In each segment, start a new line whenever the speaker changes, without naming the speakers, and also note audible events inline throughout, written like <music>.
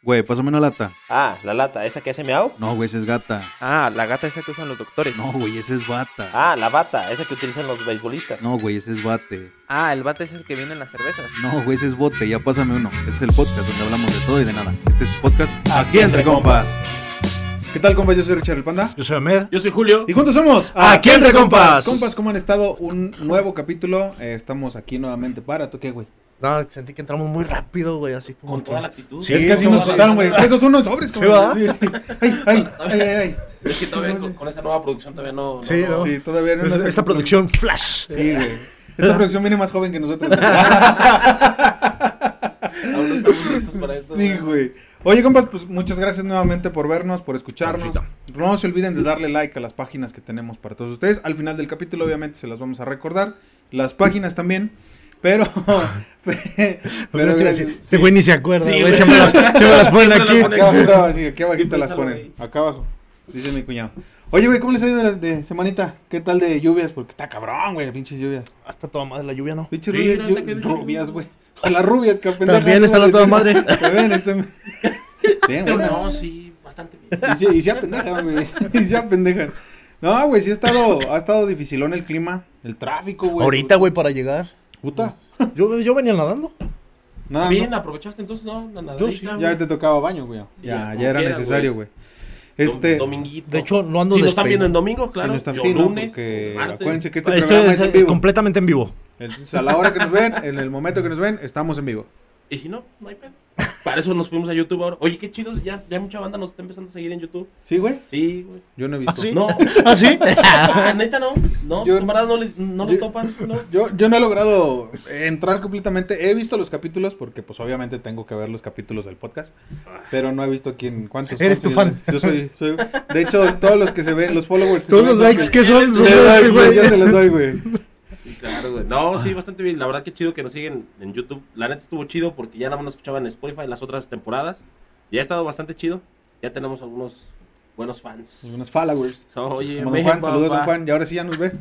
Güey, pásame una lata.
Ah, la lata, ¿esa que hace miau?
No, güey, esa es gata.
Ah, la gata esa que usan los doctores.
No, güey, esa es bata.
Ah, la bata, esa que utilizan los beisbolistas.
No, güey, ese es bate.
Ah, el bate es el que viene en las cervezas.
No, güey, ese es bote. Ya pásame uno. Este es el podcast donde hablamos de todo y de nada. Este es podcast aquí entre compas.
¿Qué tal, compas? Yo soy Richard el Panda.
Yo soy Ahmed.
Yo soy Julio.
¿Y cuántos somos?
Aquí entre compas.
Compas, ¿cómo han estado? Un nuevo capítulo. Eh, estamos aquí nuevamente para. ¿Tú qué, güey?
No, sentí que entramos muy rápido, güey, así como.
Con
que-
toda la actitud.
Sí,
es que así nos trataron, güey. Esos son unos sobres,
¿Sí,
cabrón. Sí. Ay, ay, ay, ay, ay.
Es que todavía con, con esa nueva producción todavía no. no-
Sí,
no.
¿no?
Sí, todavía no
Es-
nos-
esta producción flash.
Sí, güey. Esta producción viene más joven que <laughs> nosotros. güey.
Aún no estamos listos para esto.
Sí, güey. Oye, compas, pues muchas gracias nuevamente por vernos, por escucharnos. No se olviden de darle like a las páginas que tenemos para todos ustedes. Al final del capítulo, obviamente, se las vamos a recordar. Las páginas también. Pero. <laughs> pe- pero
Pero
gracias.
este güey ni se acuerda,
Sí,
güey.
güey.
siempre, las, siempre
<laughs>
las ponen
Siempre
aquí.
las
Aquí abajito, así, aquí abajito las
pásalo,
ponen. Acá abajo. Dice mi cuñado. Oye, güey, ¿cómo les ha ido de, de semanita? ¿Qué tal de lluvias? Porque está cabrón, güey, pinches lluvias.
Hasta toda madre la lluvia, ¿no?
Pinches
Sí,
rubias,
la
llu-
neta que-
rubias, güey. A las rubias, que pendeja,
También
¿cómo
están a
les
toda
iba?
madre.
<laughs> También,
<laughs>
están- Bien,
Pero
güey.
no, sí, bastante bien.
Y sí, y sí apendejan, güey. <laughs> Y sí apendejan. No, güey, sí ha estado, ha estado dificilón el clima, el tráfico, güey.
Ahorita, güey, para llegar.
Puta.
Yo, yo venía nadando.
Nada,
Bien,
Ah, ¿no?
aprovechaste entonces, ¿no? La
Yo sí,
nadadita, güey.
Ya te tocaba baño, güey. Ya,
Ya,
ya era
como quiera,
necesario, güey. Este.
Dom- Dominguito.
De hecho, no ando
si lo están
despeinado.
viendo en domingo, claro.
si no están-
yo
sí, no,
lunes,
porque
martes.
acuérdense que este
Esto
programa
es
es en
eh,
vivo.
completamente en vivo.
Entonces, a la hora que nos ven, en el momento que nos ven, estamos en vivo.
Y si no, no hay pedo. Para eso nos fuimos a YouTube ahora. Oye, qué chidos, ya, ya mucha banda nos está empezando a seguir en YouTube.
¿Sí, güey?
Sí, güey.
Yo no he visto.
¿Sí? <laughs>
No.
¿Ah, sí?
Ah, neta, no. No,
Yo-
sus camaradas no, les, no los
yo-
topan. No.
Yo, yo no he logrado entrar completamente. He visto los capítulos porque, pues, obviamente tengo que ver los capítulos del podcast. Pero no he visto quién, cuántos.
Eres tu
cuántos
fan.
seguidores. Yo soy, soy- de hecho, todos los que se ven, los followers. que <laughs>
Todos
se
los
ven son
likes que son.
que-
son
Le
de
doy,
este
güey,
güey.
yo se los doy, güey. Pues,
Sí, claro, güey. No, sí, bastante bien. La verdad que chido que nos siguen en YouTube. La neta estuvo chido porque ya nada más nos escuchaban en Spotify las otras temporadas. Y ha estado bastante chido. Ya tenemos algunos buenos fans.
Unos followers.
So, oye,
Como
me
don Juan,
papá.
saludos don Juan, y ahora sí ya nos ve.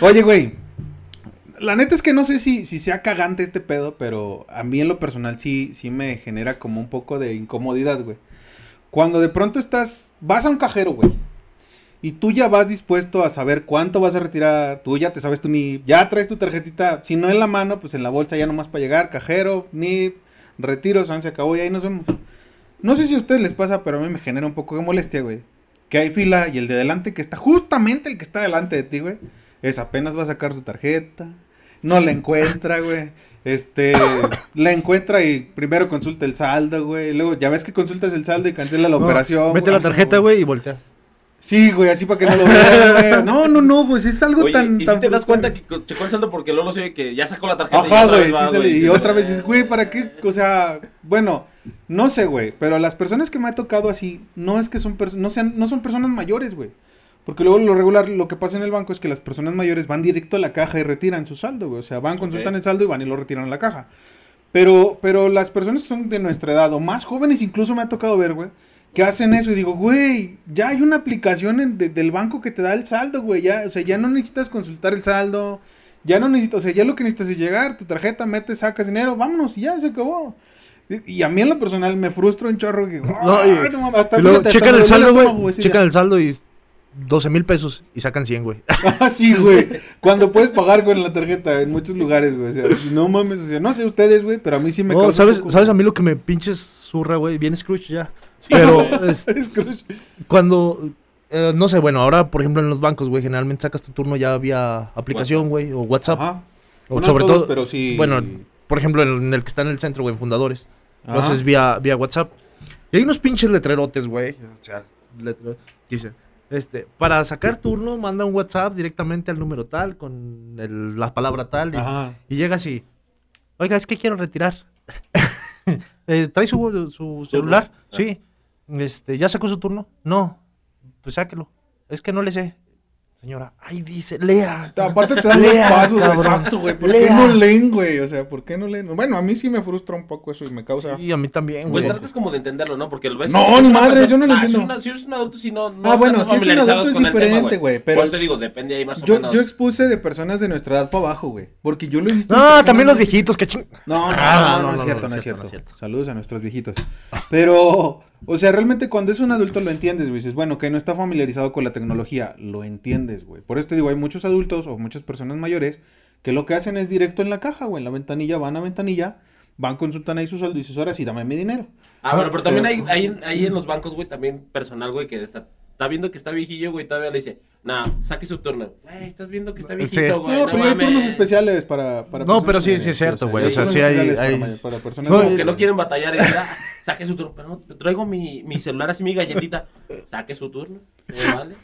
Oye, güey. La neta es que no sé si, si sea cagante este pedo, pero a mí en lo personal sí, sí me genera como un poco de incomodidad, güey. Cuando de pronto estás, vas a un cajero, güey. Y tú ya vas dispuesto a saber cuánto vas a retirar, tú ya te sabes tu NIP, ya traes tu tarjetita, si no en la mano, pues en la bolsa ya nomás para llegar, cajero, NIP, retiro, san, se acabó y ahí nos vemos. No sé si a ustedes les pasa, pero a mí me genera un poco de molestia, güey. Que hay fila y el de delante, que está justamente el que está delante de ti, güey, es apenas va a sacar su tarjeta, no la encuentra, güey. Este, la encuentra y primero consulta el saldo, güey. Luego, ya ves que consultas el saldo y cancela la
No,
operación.
Mete la
güey.
tarjeta, güey, y voltea.
Sí, güey, así para que no lo vean, güey. No, no, no, pues es algo
Oye,
tan.
y
tan
si te das
frustrante.
cuenta que co- checó el saldo porque Lolo se ve que ya sacó la tarjeta. y
Ajá,
otra
güey,
vez va,
sí se le-
güey,
y
se-
otra vez es, güey, ¿para qué? O sea, bueno, no sé, güey, pero las personas que me ha tocado así, no es que son personas, no sean, no son personas mayores, güey. Porque luego lo regular, lo que pasa en el banco es que las personas mayores van directo a la caja y retiran su saldo, güey. O sea, van, consultan
Ok.
el saldo y van y lo retiran a la caja. Pero, pero las personas que son de nuestra edad o más jóvenes incluso me ha tocado ver, güey, que hacen eso y digo, güey, ya hay una aplicación en- de- del banco que te da el saldo, güey. Ya, o sea, ya no necesitas consultar el saldo. Ya no necesitas, o sea, ya lo que necesitas es llegar, tu tarjeta, metes, sacas dinero, vámonos, y ya se acabó. Y, y a mí en lo personal me frustro un chorro que...
No, y-
"Ay, no mames, hasta
Y luego
ahorita, hasta
checan
me
el
dolió
saldo,
estómago,
güey.
sí,
Checan
ya".
el saldo y 12 mil pesos y sacan 100, güey.
<laughs> Ah, sí, güey. Cuando puedes pagar con la tarjeta en muchos lugares, güey. O sea, pues, no mames, o sea, no sé ustedes, güey, pero a mí sí me
No,
causa
¿sabes,
un poco-
¿sabes a mí lo que me pinches zurra, güey? Bien Scrooge ya.
Sí,
<laughs>
Pero
güey.
es-
Es crush.
cuando, eh, no sé, bueno, ahora por ejemplo en los bancos, güey, generalmente sacas tu turno ya vía aplicación, güey, o WhatsApp.
Ajá.
O
Bueno,
sobre
todos,
todo,
pero sí.
bueno, por ejemplo en el que está en el centro, güey, en Fundadores.
Ajá.
Lo haces vía, vía WhatsApp. Y hay unos pinches letrerotes, güey. O sea, letre- dice, este, para sacar turno, manda un WhatsApp directamente al número tal, con el- la palabra tal. Y,
Ajá.
y llega así, oiga, es que quiero retirar. <laughs> Eh, ¿Trae su, su celular? Sí. Este, ¿Ya sacó su turno? No. Pues sáquelo. Es que no le sé. Señora, ahí dice, lea.
Aparte te dan los
<laughs> Lea,
pasos, güey.
cabrón.
Exacto, güey. ¿Por qué
Lea.
no leen, güey? O sea, ¿por qué no leen? Bueno, a mí sí me frustra un poco eso y me causa.
Y a mí también,
Pues
güey.
tratas como de entenderlo, ¿no? Porque lo ves.
No,
es
ni
una
madres, yo no
persona-
lo
Ah, si es
entiendo.
una- Si es un adulto, si no. no
Ah, bueno,
están
si es un
familiarizados
adulto es
con el tema,
diferente, güey, pero-
Por eso te digo, depende ahí más o
Yo,
menos.
yo expuse de personas de nuestra edad para abajo, güey. Porque yo lo he visto. en
No,
personas
también los
más-
viejitos, que ching.
No, no,
Ah,
no, no,
no,
es
no,
cierto,
no,
no es
no
cierto.
es cierto.
Saludos a nuestros viejitos. Pero, o sea, realmente cuando es un adulto lo entiendes, güey. Dices, bueno, que no está familiarizado con la tecnología, lo entiendes, güey. Por eso te digo, hay muchos adultos o muchas personas mayores que lo que hacen es directo en la caja, güey, en la ventanilla, van a ventanilla, van, consultan ahí su sueldo y dices, ahora sí, dame mi dinero.
Ah, bueno, pero también hay, hay, hay en los bancos, güey, también personal, güey, que está, está viendo que está viejillo, güey, todavía le dice, nah, saque su turno. Güey, estás viendo que está viejito,
Sí.
güey.
no, pero hay
mames.
turnos especiales para, para
No,
personas
pero sí, sí es
mayores,
cierto, güey.
O sea,
turnos
sí hay-
especiales para
hay-
may- para personas
No,
Como
mayores.
que no quieren batallar, y dicen, "Ah, saque su turno. Pero no, traigo mi, mi celular así, mi galletita. Saque su turno. me vale.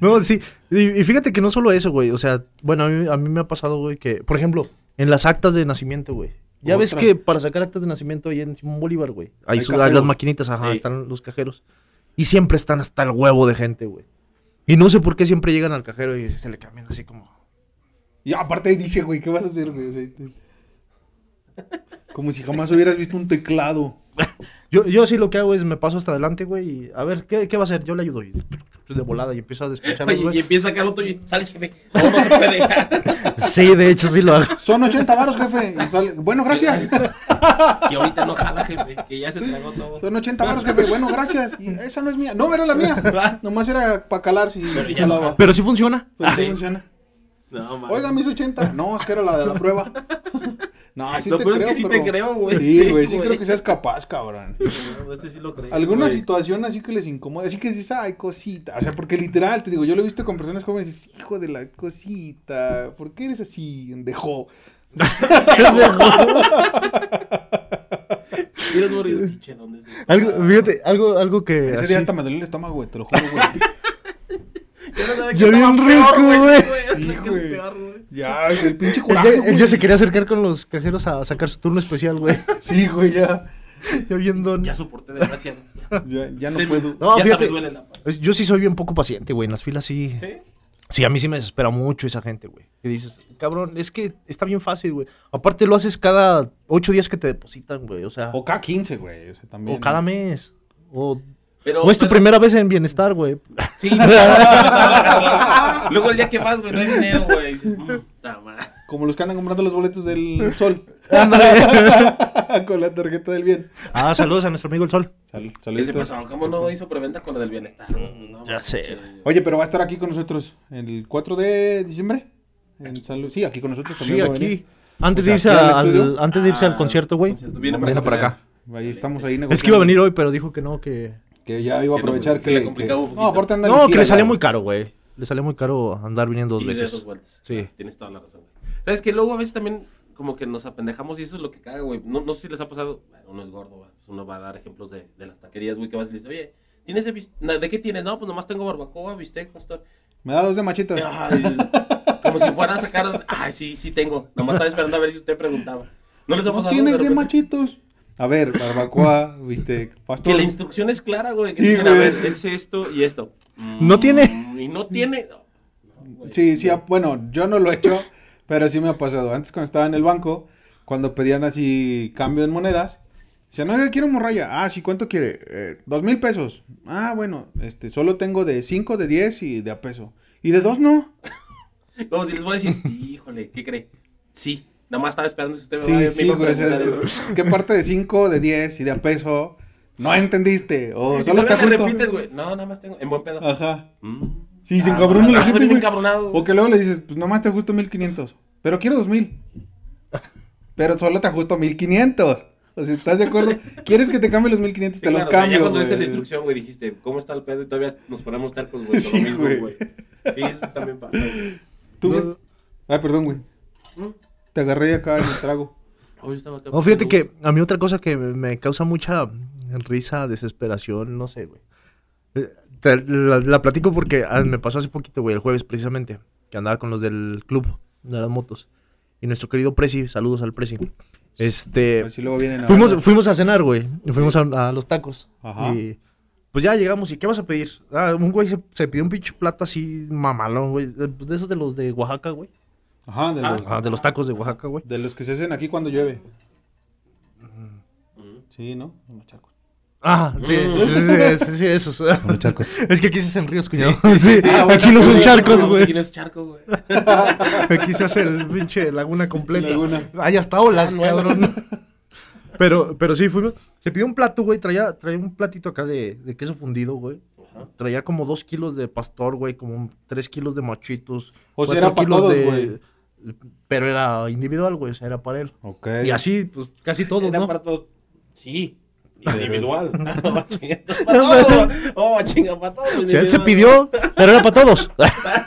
No, sí. Y, y fíjate que no solo eso, güey. O sea, bueno, a mí, a mí me ha pasado, güey, que, por ejemplo, en las actas de nacimiento, güey. Ya ves
Otra.
que para sacar actas de nacimiento ahí en Simón Bolívar, güey. Ahí
Hay
su- hay
cajeros.
las maquinitas, ajá,
Sí.
están los cajeros. Y siempre están hasta el huevo de gente, güey. Y no sé por qué siempre llegan al cajero y se le cambian así como.
Y aparte ahí dice, güey, ¿qué vas a hacer, güey? O sea, te- Como si jamás hubieras visto un teclado.
Yo, yo sí lo que hago es me paso hasta adelante, güey, y a ver, ¿qué, qué va a hacer? Yo le ayudo. Y de volada y empiezo a despechar,
Oye, y
güey.
empieza acá el otro y sale, jefe. No, no se puede. <laughs>
Sí, de hecho sí lo
<laughs>
hago.
Son 80 varos, jefe. Y sale, bueno, gracias.
que ahorita no jala, jefe. Que ya se tragó todo.
Son 80 varos, jefe. Bueno, gracias. Y esa no es mía. No, era la
<laughs>
mía. Nomás era para calar si
Pero ya
jalaba.
no.
Pero sí funciona.
Pero sí
Ay.
funciona.
No, mames.
Oiga, mis 80. No, es que era la de la prueba. <laughs> No, sí
Lo
te
peor es
creo,
que sí
pero-
te creo, güey.
Sí,
Sí,
güey, sí
güey.
creo que seas capaz, cabrón.
No, este sí lo creo.
Alguna
güey.
situación así que les incomoda, así que dices, ay, cosita. O sea, porque literal, te digo, yo lo he visto con personas jóvenes y dices, hijo de la cosita, ¿por qué eres así? Dejó.
Mira, es morido. Pinche, ¿dónde es? este?
<laughs> Algo, fíjate, algo, algo que.
Ese día
así-
hasta me dolió el estómago, güey, te lo juro,
<laughs>
güey.
Yo no
Ya
sabía que
bien
estaba peor,
rico,
güey.
Sí,
Sí, güey. Yo sé que es
güey.
peor, güey.
ya, el pinche
Él ya,
coraje,
él
güey.
ya se quería acercar con los cajeros a sacar su turno especial, güey.
Sí, güey, ya,
Ya bien don.
Ya soporté demasiado. Ya,
ya, ya no
Te-
puedo.
No,
ya hasta
fíjate.
me duele la panza.
Yo sí soy bien poco paciente, güey. En las filas sí.
¿Sí?
Sí, a mí sí me desespera mucho esa gente, güey. Que dices, cabrón, es que está bien fácil, güey. Aparte lo haces cada ocho días que te depositan, güey. O sea, o,
O K15, güey, o sea, también.
cada mes. O,
Pero,
o es tu
pero-
primera vez en bienestar, güey.
Sí. Luego el día que vas, güey, no hay dinero, güey. y Dices, puta madre.
Como los que andan comprando los boletos
<laughs>
del sol. <laughs> con la tarjeta del bien.
Ah, saludos a nuestro amigo el Sol.
Sal-
Ese
saluditos.
pasado, ¿cómo no hizo preventa con la del bienestar? No,
Mm, Ya sé.
pinche.
Oye, pero va a estar aquí con nosotros el 4 de diciembre. En San Lu- Sí, aquí con nosotros
Sí,
también. va a venir.
aquí. Antes
O
de
sea,
irse,
aquí al
al,
estudio.
antes de irse al
Ah,
concierto, güey.
concierto. Viene
Vamos a
para
tener-
acá.
Ahí estamos ahí negociando.
Es que iba a venir hoy, pero dijo que no, que...
Que ya iba a
Que no,
aprovechar
se
que,
le
le-
complicaba
que-
un poquito.
No, aparte anda en
No, que
gira,
le salía
ya.
muy caro, güey. Le salía muy caro andar viniendo dos
Y de
veces.
dos vueltas. Ah,
Sí.
Tienes toda la razón. güey. Sabes que luego a veces también como que nos apendejamos y eso es lo que caga, güey. No, no sé si les ha pasado. Bueno, uno es gordo, güey. Pues Uno va a dar ejemplos de, de las taquerías, güey, que vas y le dices, oye, ¿tienes de, bis- na- ¿de qué tienes? No, pues nomás tengo barbacoa, bistec, pastor.
Me da dos de machitas.
Ay, como si fueran a sacar. Ay, sí, sí tengo. Nomás estaba esperando a ver si usted preguntaba. No les ha
No
pasado.
tienes de
repente?
machitos. A ver,
<laughs>
barbacoa, viste, pastor.
Que la instrucción es clara, güey. Que
Sí,
dicen, a
güey.
ver, es esto y esto.
No tiene.
Mm, Y no tiene. No, güey.
Sí, sí, ah, bueno, yo no lo he hecho, pero sí me ha pasado. Antes cuando estaba en el banco, cuando pedían así cambio en monedas, decían, no, yo quiero morraya. Ah, sí, ¿cuánto quiere? "Eh, dos mil pesos. Ah, bueno, este, solo tengo de cinco, de diez y de a peso. Y de dos no.
Como si les voy a decir, híjole, ¿qué cree? Sí, nada más estaba esperando si usted me va a
Sí,
me
sí,
iba a
güey, o sea,
preguntar eso.
<laughs> ¿qué parte de cinco, de diez y de a peso no entendiste? O
Y
Oh, solo te
todavía
ajusto.
repites, güey. No, nada más tengo, en buen pedo.
Ajá.
Mm.
Sí, se
Ah,
encabrona
no,
la
no,
gente,
bien
güey.
encabronado.
O que luego le dices, pues nomás te ajusto 1500. Pero quiero 2000. Pero solo te ajusto 1500. O sea, ¿estás de
<laughs>
acuerdo? ¿Quieres que te cambie los 1500?
Sí,
te los
claro, o sea,
cambio.
Ya cuando diste la
güey.
instrucción, güey, dijiste, ¿cómo está el pedo? Y todavía nos ponemos tercos, güey, con
Sí,
lo mismo,
güey.
güey. Sí, eso también pasa. güey.
Tú,
No.
güey. Ay, perdón, güey.
Mm.
Te agarré acá en el trago.
Hoy estaba acá
No, fíjate
pensando,
que a mí otra cosa que me causa mucha risa, desesperación, no sé, güey. Eh, te- La, la platico porque ah, me pasó hace poquito, güey, el jueves precisamente, que andaba con los del club de las motos. Y nuestro querido Prezi, saludos al Prezi. Este,
A ver si luego vienen a
fuimos,
vernos.
fuimos a cenar, güey. y Fuimos a, a los tacos.
Ajá.
Y Pues ya llegamos y ¿qué vas a pedir? Ah, un güey se, se pidió un pinche plato así mamalón, güey. De, pues de esos de los de Oaxaca, güey.
Ajá, de
Ah.
los,
Ah, de los tacos de Oaxaca, güey.
de los que se hacen aquí cuando llueve. Sí, ¿no? Unos charcos.
Ah, sí, sí, sí, sí, sí, sí, esos. <laughs>
Unos charcos.
Es que aquí se hacen ríos, cuñado. <laughs> Sí, aquí no son
Güey,
charcos,
no, Aquí
güey.
no es charco, güey.
<laughs> Aquí se hace el pinche laguna completa.
Laguna.
Hay hasta olas,
Ah, no,
cabrón. <laughs> Pero, pero sí, fuimos. Se pidió un plato, güey. Traía, traía un platito acá de, de queso fundido, güey.
Ajá.
Traía como dos kilos de pastor, güey. Como tres kilos de machitos.
O sea,
cuatro
era pa' todos, güey.
Pero era individual, güey. O sea, era para él.
Ok.
Y así, pues, casi todos,
Era
¿no?
para todos. Sí.
<laughs>
Individual. oh, chinga. Para todo. Oh, chinga, para todo.
O sea, él se
individual.
pidió, pero era
<laughs>
para todos.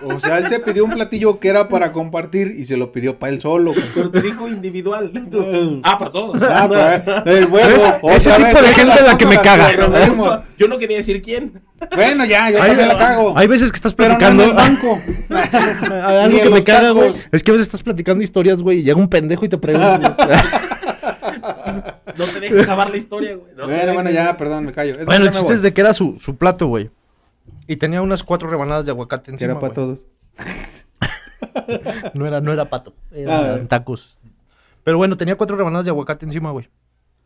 O sea, él se pidió un platillo que era para compartir y se lo pidió para él solo. güey.
Pero te dijo individual.
<laughs>
Tú, ah, para todos. <laughs>
Ah, pues, eh, bueno,
Ese-
otra
ese tipo de
esa
gente
es
la que me
cosa
caga.
que
Pero
reunimos.
Yo no quería decir quién.
Bueno, ya, yo también la cago.
Hay veces que estás
pero no en
platicando.
el banco.
<laughs>
Ni
Algo
en
que me
los
caga,
tacos.
güey. Es que a veces estás platicando historias, güey, y llega un pendejo y
<laughs>
te pregunta.
No te dejes acabar la historia, güey. No te
Bueno, bueno,
dejes.
ya, perdón, me callo. Es más,
bueno,
ya me
el chiste
voy.
es de que era su, su plato, güey. Y tenía unas cuatro rebanadas de aguacate
Que
encima.
era para
güey.
<laughs>
todos.
No era, no era pato,
Ah,
eran
eh.
tacos. Pero bueno, tenía cuatro rebanadas de aguacate encima, güey.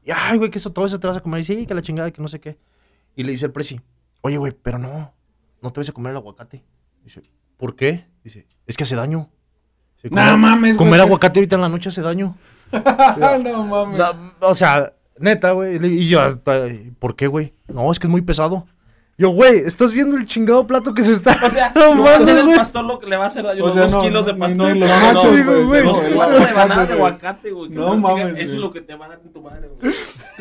Y ay, güey, que eso todo eso te vas a comer. Y dice, "Sí, que la chingada, que no sé qué. Y le dice el presi, oye, güey, pero no, no te vas a comer el aguacate. Dice, ¿por qué? Dice, es que hace daño. Dice,
No
"Comer-
mames, güey.
Comer aguacate ahorita en la noche hace daño.
no mames.
La- o sea, neta, güey. Y yo, hasta, ¿por qué, güey? No, es que es muy pesado. Yo, güey, estás viendo el chingado plato que se está. <laughs>
O sea,
no
no va a hacer el
güey.
pastor lo que le va a hacer daño.
O
Los
sea,
dos
no,
kilos de
ni-
pastor.
ni los
No, no,
machos,
no,
güey,
güey. Dos
sí,
cuatro
güey.
rebanadas de aguacate, güey. que
No
más
mames,
diga, Eso es
güey.
lo que te va a dar en tu madre,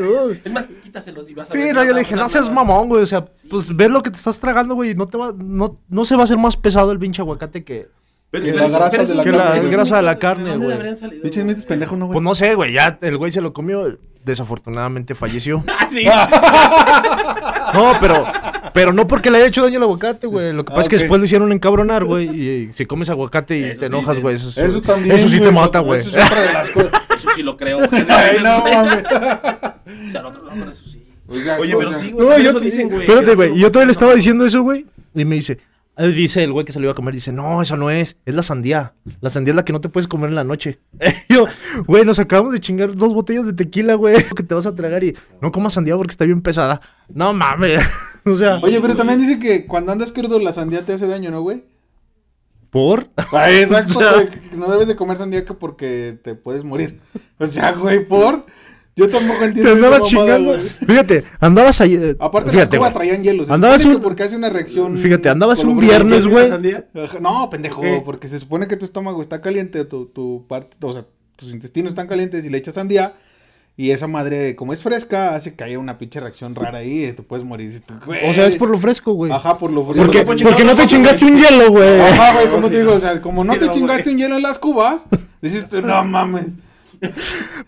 güey. Es más, quítaselos y vas a
Sí,
ver,
no, yo
vas
le
a
dije, no
pasar
seas
nada.
mamón, güey. O sea, pues ver lo que te estás tragando, güey. No, te va, no, no se va a hacer más pesado el pinche aguacate que.
Pero,
Que
pero
la
eso-
grasa
pero
de
eso-
la
pero
carne,
eso-
güey.
grasa de la
¿de
carne,
dónde
güey.
habrían salido,
De hecho,
güey?
metes pendejo, ¿no,
Pues
güey?
no sé, güey. Ya el güey se lo comió. Desafortunadamente <laughs> falleció.
Ah, sí.
No, pero, pero no porque le haya hecho daño el aguacate, güey. Lo
Ah,
que pasa es que
ok.
después lo hicieron encabronar, güey. Y, si comes aguacate y
Eso
te
sí,
enojas,
te-
güey. Eso, es-
eh, Eso también.
Eso sí te
güey,
mata, güey.
Eso es otra de las
<laughs>
cosas.
Eso sí lo creo. güey.
Ay, no mames.
O sea, al otro lado, pero eso sí.
O sea,
Oye,
o
pero
sea,
sí, güey.
No,
pero
yo,
Pues, eso dicen, güey.
espérate, güey.
Creo
Yo todavía le
que no.
estaba diciendo eso, güey. Y me dice, eh, dice el güey que se lo iba a comer, dice, no, esa no es, es la sandía. La sandía es la que no te puedes comer en la noche. <laughs> yo, güey, nos acabamos de chingar dos botellas de tequila, güey, <laughs> que te vas a tragar y no comas sandía porque está bien pesada. No mames. <laughs> o sea,
Oye, pero también dice que cuando andas crudo la sandía te hace daño, ¿no, güey? <laughs>
¿por?
Ah, exacto,
O sea-
güey. que No debes de comer sandía que porque te puedes morir. O sea, güey, por. Yo tampoco
Te
entiendo. esa
andabas
mamada,
chingando.
güey.
Fíjate, andabas ahí. eh,
Aparte, las
fíjate,
cubas
güey.
traían hielo. se
Andabas
supone que
un-
Porque hace una reacción.
Fíjate, andabas un
colofriante.
viernes, güey.
Sandía.
Ajá, No, pendejo,
Ok.
porque se supone que tu estómago está caliente, tu, tu parte, o sea, tus intestinos están calientes y le echas sandía. Y esa madre, como es fresca, hace que haya una pinche reacción rara ahí. y Te puedes morir. dices tú, güey.
<laughs> O sea, es por lo fresco, güey.
eh, Ajá, por lo fresco.
Porque,
no puedes
porque
chingar
no te
otra cosa,
chingaste un hielo,
<laughs>
güey.
Ajá, güey, como te digo, o sea, como
Sí,
no te
no,
chingaste
güey.
un hielo en las cubas, dices tú, no mames.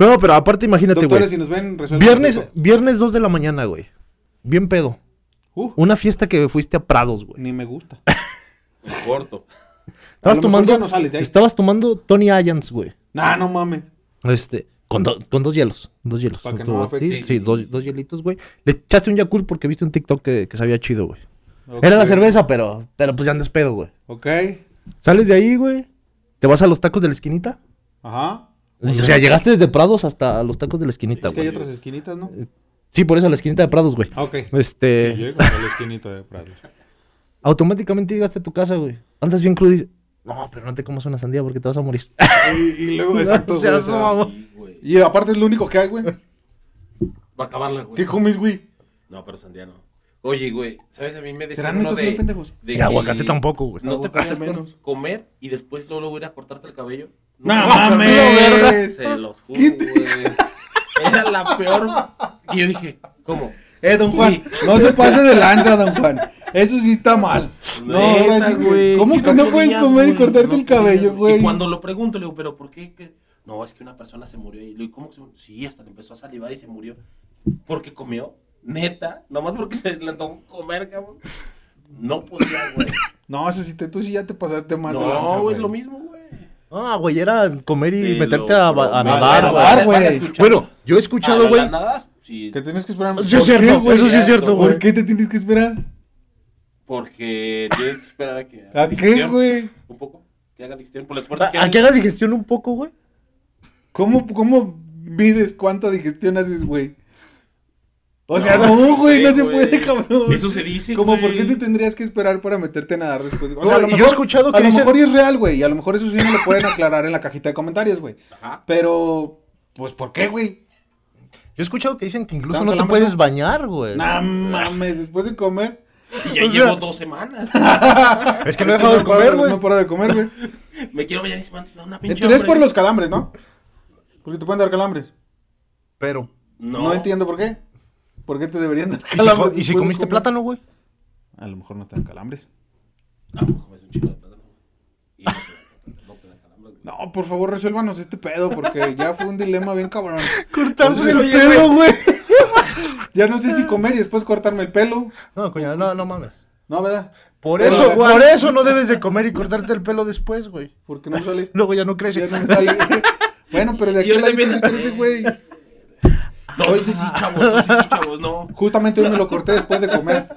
No, pero aparte, imagínate, güey.
Doctores, si nos ven, resuelven
Viernes,
eso.
viernes 2 de la mañana, güey. Bien pedo.
Uh,
Una fiesta que fuiste a Prados, güey.
ni me gusta.
Corto.
Estabas
lo mejor
tomando.
ya no sales de ahí.
Estabas tomando Tony Ayans, güey.
Nah, no mames.
Este. Con, do- con dos hielos. Dos hielos.
Pa' que
Tú-
no afecte.
sí,
Sí, sí,
sí,
sí,
dos,
sí.
dos hielitos, güey. Le echaste un Yakult porque viste un TikTok que, que sabía chido, güey.
Ok.
Era la cerveza, pero, pero pues ya andas pedo, güey.
Ok,
Sales de ahí, güey. Te vas a los tacos de la esquinita.
ajá.
O sea, llegaste desde Prados hasta los tacos de la esquinita,
Es que hay
güey.
otras esquinitas, ¿no?
Sí, por eso la esquinita de Prados, güey.
Ah, ok.
Este.
Sí, llego a la esquinita de <laughs> Prados.
automáticamente llegaste a tu casa, güey. Andas bien crudo y dices, no, pero no te comas una sandía porque te vas a <laughs> morir.
Y, y luego, exacto,
O sea,
güey, o sea,
no, mamá.
Sí, güey.
Y aparte es lo único que hay, güey.
Va a acabarla, güey.
¿Qué comes, güey?
No, pero sandía no. Oye, güey, ¿sabes? A mí me decían
¿Serán
uno
mitos bien
de...
pendejos?
de
Y
que
aguacate tampoco, güey.
No te
Aguacate
podías
menos.
comer y después luego, luego ir a cortarte el cabello.
<laughs> ¡No
güey.
mames!
Se los juro, güey. Era la peor... Y yo dije, ¿cómo?
Eh, don Juan, no se pase de lanza, don Juan. Eso sí está mal. No,
Neta,
ahora sí, güey. ¿Cómo
Y
que no
podías,
puedes comer y
güey,
cortarte
no
el cabello,
podías,
güey?
Y cuando lo pregunto, le digo, ¿pero por qué? ¿Qué? No, es que una persona se murió. Y le digo, ¿cómo que se murió? Sí, hasta le empezó a salivar y se murió. ¿Porque comió? Neta, nomás porque se le tocó comer, cabrón. No podía, güey.
No, eso sí, te, tú sí ya te pasaste <laughs> más de lanza,
No, güey, es lo mismo, güey.
Ah, güey, era comer y
Te
meterte
lo
a, ba- a
prometo.
nadar,
A
güey.
nadar,
Van a
güey.
escuchar.
Bueno, yo he escuchado,
Ah,
güey,
la- la nadas, Sí,
Que tienes que esperar.
Sí, es
¿Por
cierto,
qué, güey?
eso sí es cierto, güey.
¿Por qué te tienes que esperar?
porque tienes que esperar a que...
¿A
la
qué,
digestión,
güey?
Un poco, que haga digestión por el esfuerzo que
¿A qué
hagan.
haga digestión un poco, güey?
¿Cómo, ¿Cómo mides cuánta digestión haces, güey? O sea,
No,
no, güey, no
sí,
se
güey.
puede, cabrón.
Eso se dice,
Como,
güey.
¿por qué te tendrías que esperar para meterte a nadar después? O
No,
sea, a lo
yo he
mejor-
escuchado que
A lo
dicen-
mejor y es real, güey, y a lo mejor eso sí me lo pueden aclarar en la cajita de comentarios, güey.
Ajá.
Pero, pues, ¿por qué, güey?
Yo he escuchado que dicen que incluso
Tanto
no te
hambre,
puedes
¿no?
bañar, güey.
No mames, después de comer.
Y ya
O
llevo
sea-
dos semanas.
Es que no he dejado de comer,
paro-
güey.
No paro de comer, güey.
Me quiero bañar y se me anda una pinche
Entonces es por
hambre.
los calambres, ¿no? Porque te pueden dar calambres.
Pero.
No,
No, entiendo por qué. ¿Por qué te deberían dar
¿Y si, co-
calambres?
y si
después de
comiste
comer?
plátano, güey?
A lo mejor no te dan calambres.
Ah, pues comes un chico de plátano. Y no te da- no te da calambre, güey.
No, por favor, resuélvanos este pedo, porque ya fue un dilema bien cabrón.
Cortarse
el
el pelo, güey. <laughs>
Ya no sé si comer y después cortarme el pelo.
No, coño, no, no mames.
No, ¿verdad?
Por
Pero,
eso,
o sea,
por eso no debes de comer y cortarte el pelo después, güey.
Porque no me sale.
Luego ya no crece.
Ya no me
<laughs>
sale. Bueno, pero de
Y
aquí a la
ahorita
sí
empieza-
crece, güey. Ah,
No, tú sí, sí, chavos, tú sí, sí, chavos, no.
Justamente hoy me lo corté después de comer.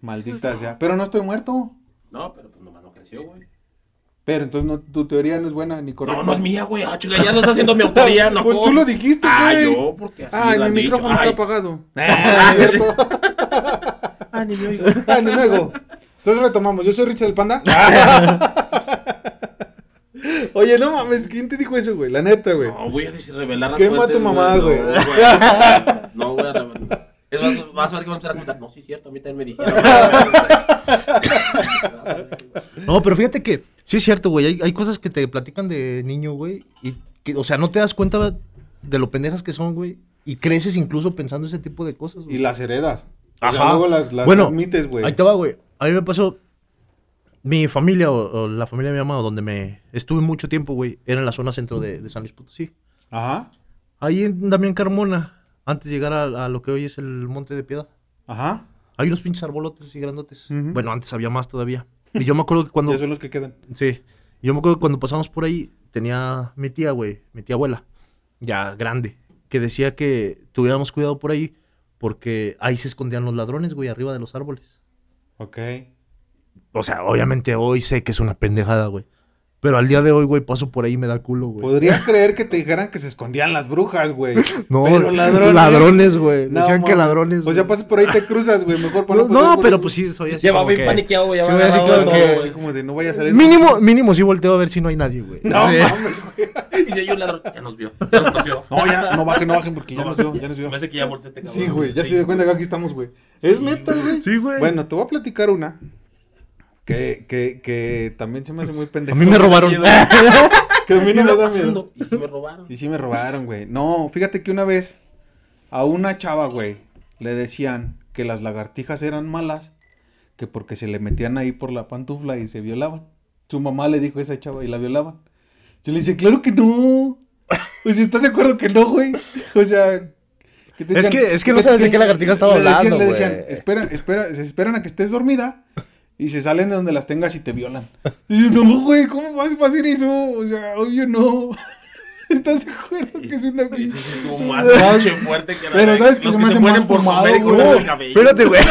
Maldita sea. Pero no estoy muerto.
No, pero pues nomás no creció, güey.
Pero entonces no, tu teoría no es buena ni correcta.
No, no es mía, güey. Ah, chica, ya no está haciendo mi
<laughs>
autoría, no.
Pues tú lo dijiste,
Ah,
güey.
yo, porque así
Ay,
lo
mi
han
micrófono
dicho.
está
Ay,
apagado. <laughs> Ah, es cierto.
Ah, ni me oigo.
Ah, ni luego. Entonces retomamos. Yo soy Richard el Panda. <laughs> Oye, no mames, ¿quién te dijo eso, güey? La neta, güey.
No, voy a decir, revelar las
Quema a tu
fuentes,
mamá, güey.
No,
<laughs>
güey. No, voy a revelar. Es más, vas a ver que van a empezar a contar. No, sí, es cierto, a mí también me dijeron.
<laughs>
Vas a ver, güey.
No, pero fíjate que sí es cierto, güey. Hay, hay cosas que te platican de niño, güey. Y que, o sea, no te das cuenta de lo pendejas que son, güey. Y creces incluso pensando ese tipo de cosas, güey.
Y las heredas. O sea, luego las, las admites, güey.
Ahí te va, güey. A mí me pasó. Mi familia o, o la familia de mi mamá, donde me estuve mucho tiempo, güey, era en la zona centro de, de San Luis Potosí.
Ajá.
Ahí en Damián Carmona, antes de llegar a, a lo que hoy es el Monte de Piedad.
Ajá.
Hay unos pinches arbolotes y grandotes.
Ujú.
Bueno, antes había más todavía. Y yo me acuerdo que
<laughs>
cuando.
Ya son los que quedan.
Sí. Yo me acuerdo que cuando pasamos por ahí, tenía mi tía, güey, mi tía abuela, ya grande, que decía que tuviéramos cuidado por ahí porque ahí se escondían los ladrones, güey, arriba de los árboles.
Ok.
O sea, obviamente hoy sé que es una pendejada, güey. Pero al día de hoy, güey, paso por ahí y me da culo, güey.
Podría creer que te dijeran que se escondían las brujas, güey.
<laughs> No,
pero ladrones.
Ladrones, güey.
No,
Decían que
mames.
ladrones.
O sea,
güey.
pasas por ahí te cruzas, güey. Mejor por
No,
pasar
no,
por
pero
ahí,
pues sí, soy así.
Ya va
como
bien
que-
paniqueado, güey, ya
sí,
va
voy así
agarrado de
como
güey.
que-
todo,
Así
güey.
como de no vaya a salir.
Mínimo, mínimo sí volteo a ver si no hay nadie, güey.
<laughs> No,
Sí.
mames, güey.
Y si hay un ladrón, ya nos vio. Ya nos coció.
No, ya, no bajen, no bajen porque ya nos vio, ya nos
Se
vio.
me hace que ya volteé este cabrón.
Sí, güey, ya se dio cuenta que aquí estamos, güey. Es neta, güey.
Sí, güey.
Bueno, te voy a platicar una que, que, que también se me hace muy pendeja.
a mí me robaron.
<laughs> Que a mí no
¿Qué
me
está
da
pasando?
miedo.
Y si me robaron.
Y sí me robaron, güey. No, fíjate que una vez a una chava, güey, le decían que las lagartijas eran malas, que porque se le metían ahí por la pantufla y se violaban. Su mamá le dijo a esa chava y la violaban. Yo le dice, claro que no. <laughs> O sea, ¿estás de acuerdo que no, güey? O sea, que te
Es que- es que no sabes de qué lagartija estaba
le decían-
hablando,
Le decían,
güey.
esperan, espera, se esperan a que estés dormida y se salen de donde las tengas y te violan. <laughs> Y dices, no, güey, ¿cómo vas a hacer eso? O sea, obvio no. <laughs> ¿Estás de acuerdo que es una
Ese
pinche?
sí estuvo más
Más-
pinche fuerte que la
Pero
de-
¿sabes qué
los
se
que
me
se
hace
mueren
más
por
fumado,
comer y
güey?
cortar el
<laughs>
cabello.
Espérate, güey.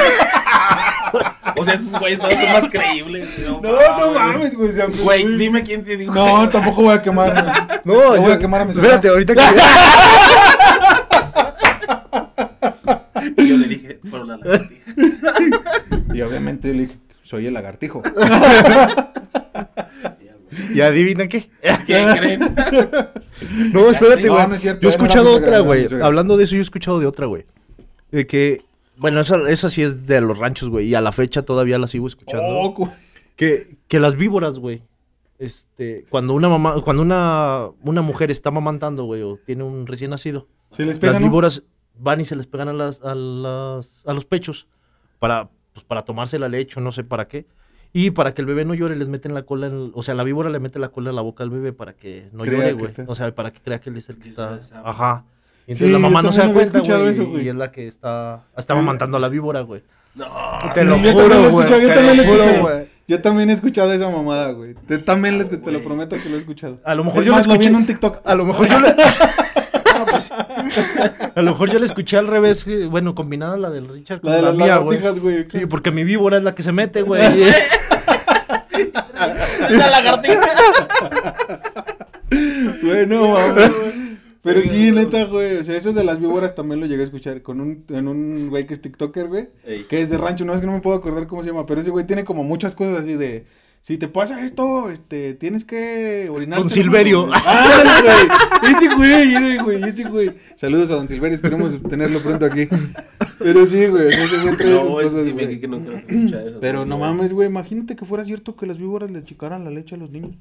O sea, esos güeyes no son más creíbles. No,
No, no mames, güey. o sea,
Güey, dime quién te dijo.
No, tampoco voy a quemar. güey.
<laughs> No,
Te voy a quemar a mi suegra.
Espérate, ahorita
<laughs>
que.
Y Yo le dije, fueron las lagartijas.
Y obviamente yo le dije, soy el lagartijo.
<laughs> ¿Y adivina qué?
¿Qué
<laughs>
creen?
No, espérate,
No,
güey.
no es cierto, era
yo he
una
escuchado
música,
otra,
era una
güey.
música.
Hablando de eso, yo he escuchado de otra, güey. De que. Bueno, esa, esa sí es de los ranchos, güey. Y a la fecha todavía la sigo escuchando.
Oh, cu-
que, que las víboras, güey. Este, cuando una mamá, cuando una, una mujer está mamantando, güey, o tiene un recién nacido,
se les
las
pegan. <laughs> ¿no?
víboras van y se les pegan a las, a las, a los pechos para, pues, para tomarse la leche o no sé para qué. Y para que el bebé no llore, les meten la cola, en el- o sea, la víbora le mete la cola en la boca al bebé para que no
Crea
llore,
que
güey.
está-
O sea, para que crea que él es el que
Que
está.
está-
Ajá. Y
Sí,
entonces la mamá
yo
no se da
también había
cuenta,
escuchado
güey,
eso,
y-
güey.
y es la que está, está mamantando a la víbora, güey.
No.
Te
Sí,
lo
yo también
juro,
he
güey.
escuchado, yo
te
también
lo
he
juro,
escuchado.
güey.
Yo también he escuchado esa mamada, güey. Te, también les- te lo
güey.
prometo que lo he escuchado.
A lo mejor
Es
yo lo
más, vi
escuché-
en un TikTok.
A lo mejor yo le... <laughs> A lo mejor yo la escuché al revés, güey. bueno, combinada la del Richard con
La de
la,
las
mía, güey.
lagartijas, güey.
Sí, porque mi víbora es la que se mete, güey.
La lagartija.
Güey,
<laughs>
no mames, güey. Pero sí, neta, güey. O sea, ese de las víboras también lo llegué a escuchar con un, en un güey que es TikToker, güey.
Ey.
Que es de rancho, no es que no me puedo acordar cómo se llama, pero ese güey tiene como muchas cosas así de. Si te pasa esto, este, tienes que orinar.
Don Silverio.
Ah, güey. Ese güey, ese güey, ese güey. Saludos a Don Silverio, esperemos tenerlo pronto aquí. Pero sí, güey, o sea, ese güey trae esas
No,
cosas,
es sí, me
güey.
dije que no quiero escuchar eso.
Pero no mames, güey, imagínate que fuera cierto que las víboras le chicaran la leche a los niños.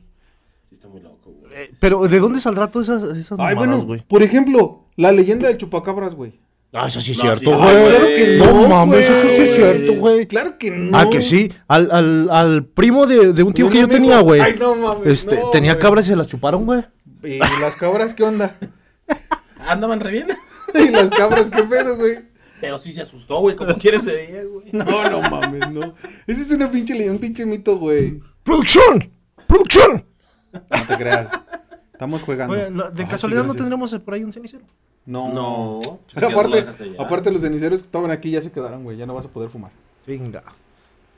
Sí, está muy loco, güey.
Eh, Pero, ¿de dónde saldrá todas esas, esas
Ay,
mamadas,
bueno,
güey?
por ejemplo, la leyenda del chupacabras, güey.
Ah, eso sí es
No,
cierto,
sí, sí,
güey.
claro que
no,
no,
mames, eso sí es
güey.
cierto, güey.
Claro que no.
Ah, que sí. Al, al, al primo de, de un tío
Un
que yo
amigo-
tenía, güey.
Ay, no mames,
Este,
no,
tenía
güey.
cabras y se las chuparon, güey.
¿Y las cabras qué onda? <laughs>
Andaban re bien.
¿Y las cabras qué pedo, güey?
Pero sí se asustó, güey, como quiere ese día, güey.
No, no mames, no. Ese es una pinche leyenda, un pinche mito, güey.
¡Producción! ¡Producción!
No te creas. Estamos jugando.
Oye, no, de
Ay, sí,
casualidad no
gracias.
tendremos por ahí un cenicero.
No.
No.
Aparte, aparte los ceniceros que estaban aquí ya se quedaron, güey. Ya no vas a poder fumar.
Venga.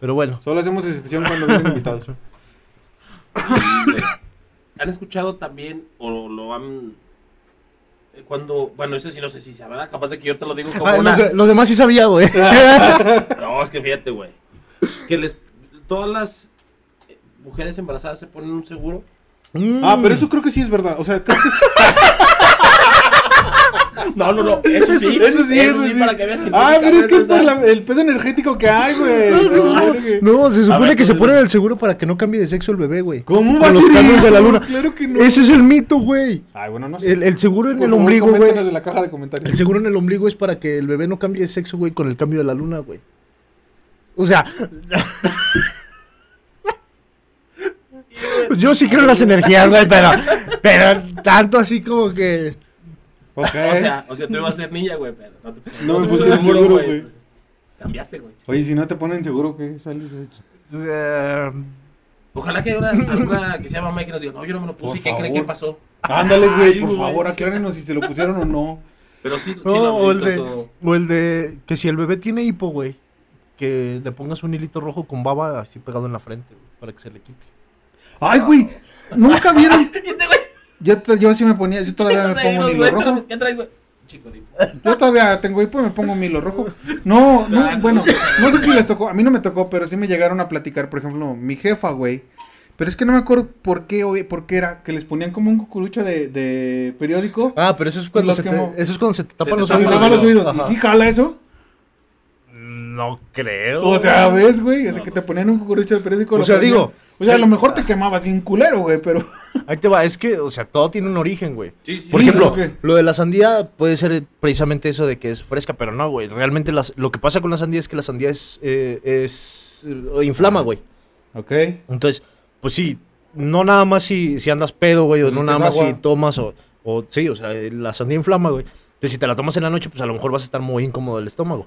Pero bueno.
Solo hacemos excepción cuando vienen invitados.
¿Han escuchado también o lo han... eh, Cuando, bueno, eso sí no sé si se verdad, capaz de que yo te lo digo como
Ah,
una...
los, de- los demás sí sabía, güey. <laughs>
No, es que fíjate, güey. Que les... Todas las eh, mujeres embarazadas se ponen un seguro.
Ah,
Mm.
pero eso creo que sí es verdad. O sea, creo que sí.
No, no, no. Eso sí.
eso sí, eso sí.
Para que veas si
Ah,
nunca
pero es que es
aprendes
por
a-
la- el pedo energético que hay, güey.
<laughs> No, se
No,
supone,
güey.
no, se supone
ver,
que se
tú-
ponen el seguro para que no cambie de sexo el bebé, güey.
¿Cómo
Con
va a
los
ser
cambios
eso?
de la luna.
Claro que no.
Ese es el mito, güey.
Ay, bueno, no sé.
El, el seguro en
Por
el
favor,
ombligo, güey.
coméntenos en la caja de comentarios.
El seguro en el ombligo es para que el bebé no cambie de sexo, güey, con el cambio de la luna, güey. O sea, <laughs> yo sí creo en las energías, güey, pero, pero tanto así como que...
Ok.
O sea, o sea, tú ibas a ser niña, güey, pero no te
eh.
pusieron
No me
seguro,
pusieron seguro, güey.
Entonces, Cambiaste, güey.
Oye, si no te ponen seguro, ¿qué sales?
eh,
Ojalá que haya una, alguna que se llama Mike que nos diga, no, yo no me lo puse,
Por
¿y ¿qué cree
favor.
que pasó?
Ándale, güey,
Ay,
por
güey.
favor, aclárenos si se lo pusieron o no.
Pero sí, sí
no,
lo
o,
han
el
visto
de,
<laughs> eso.
o el de que si el bebé tiene hipo, güey, que le pongas un hilito rojo con baba así pegado en la frente, güey, para que se le quite.
Ay, güey, nunca vieron. Yo, te- yo <laughs> sí me ponía, yo todavía me pongo
Unos,
hilo
güey,
rojo.
¿Qué traes, güey? Chico, digo.
Yo todavía tengo hipo y me pongo mi hilo rojo. No, no,
Ah, sí.
bueno, no sé si les tocó, a mí no me tocó, pero sí me llegaron a platicar, por ejemplo, mi jefa, güey. Pero es que no me acuerdo por qué, güey, por qué era, que les ponían como un cucurucho de, de periódico.
Ah, pero eso es cuando,
Los
se te,
quemó.
eso es cuando se te tapan
te
los
Se le
oídos.
tapan los
güey.
oídos.
Ajá.
¿Y sí jala eso?
No creo.
O sea, ¿ves, güey? O sea,
No,
que
no
te
sé.
ponían un cucurucho del periódico.
O
lo
sea,
prendían.
digo-
O sea, a lo mejor te quemabas bien culero, güey, pero...
Ahí te va, es que, o sea, todo tiene un origen, güey.
Sí, sí,
Por
sí,
ejemplo,
claro
lo de la sandía puede ser eh, precisamente eso de que es fresca, pero no, güey. Realmente las- lo que pasa con la sandía es que la sandía es, eh, es eh, inflama, güey.
Ok.
Entonces, pues sí, no nada más si, si andas pedo, güey, o
Pues
no
es que
nada
es
más
agua.
si tomas o, o- Sí, o sea, eh, la sandía inflama, güey. Entonces, si te la tomas en la noche, pues a lo mejor vas a estar muy incómodo del estómago.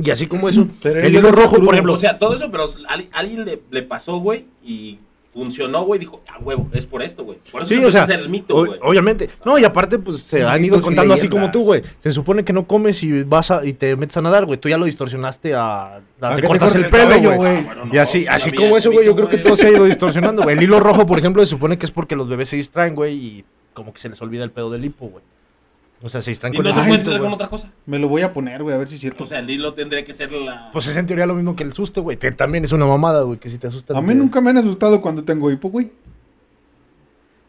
Y así como eso,
Pero
el
yo
hilo
no sé
rojo,
crudo,
por ejemplo.
O sea, todo eso, pero al- alguien le, le pasó, güey, y funcionó, güey, dijo, ah, huevo, es por esto, güey. Por Pues eso
Sí,
se
o sea,
empieza a hacer el mito,
o-
güey. Ah,
obviamente. No, y aparte, pues se han ido
Mitos y
contando así como
leyendas.
tú, güey. Se supone que no comes y vas a, y te metes a nadar, güey. Tú ya lo distorsionaste
¿A
a, a- te
qué Ah, te
cortas
cortas
el
el
pelo,
cabello,
güey.
güey?
Bueno,
Y
no,
así,
sí
así
sabía
como
ese
eso, güey, yo
mito,
creo que
güey.
todo se ha ido distorsionando, güey. El hilo rojo,
<laughs>
por ejemplo, se supone que es porque los bebés se distraen, güey, y como que se les olvida el pedo del hipo, güey. O sea, se distraen
Y
con
no
el
se
Ay,
puede
hipo,
hacer
güey.
con otra cosa.
Me lo voy a poner, güey, a ver si es cierto.
O sea, el hilo tendría que ser la.
Pues es en teoría lo mismo que el susto, güey. que También es una mamada, güey, que si te asustan.
a mí
te-
nunca me han asustado cuando tengo hipo, güey.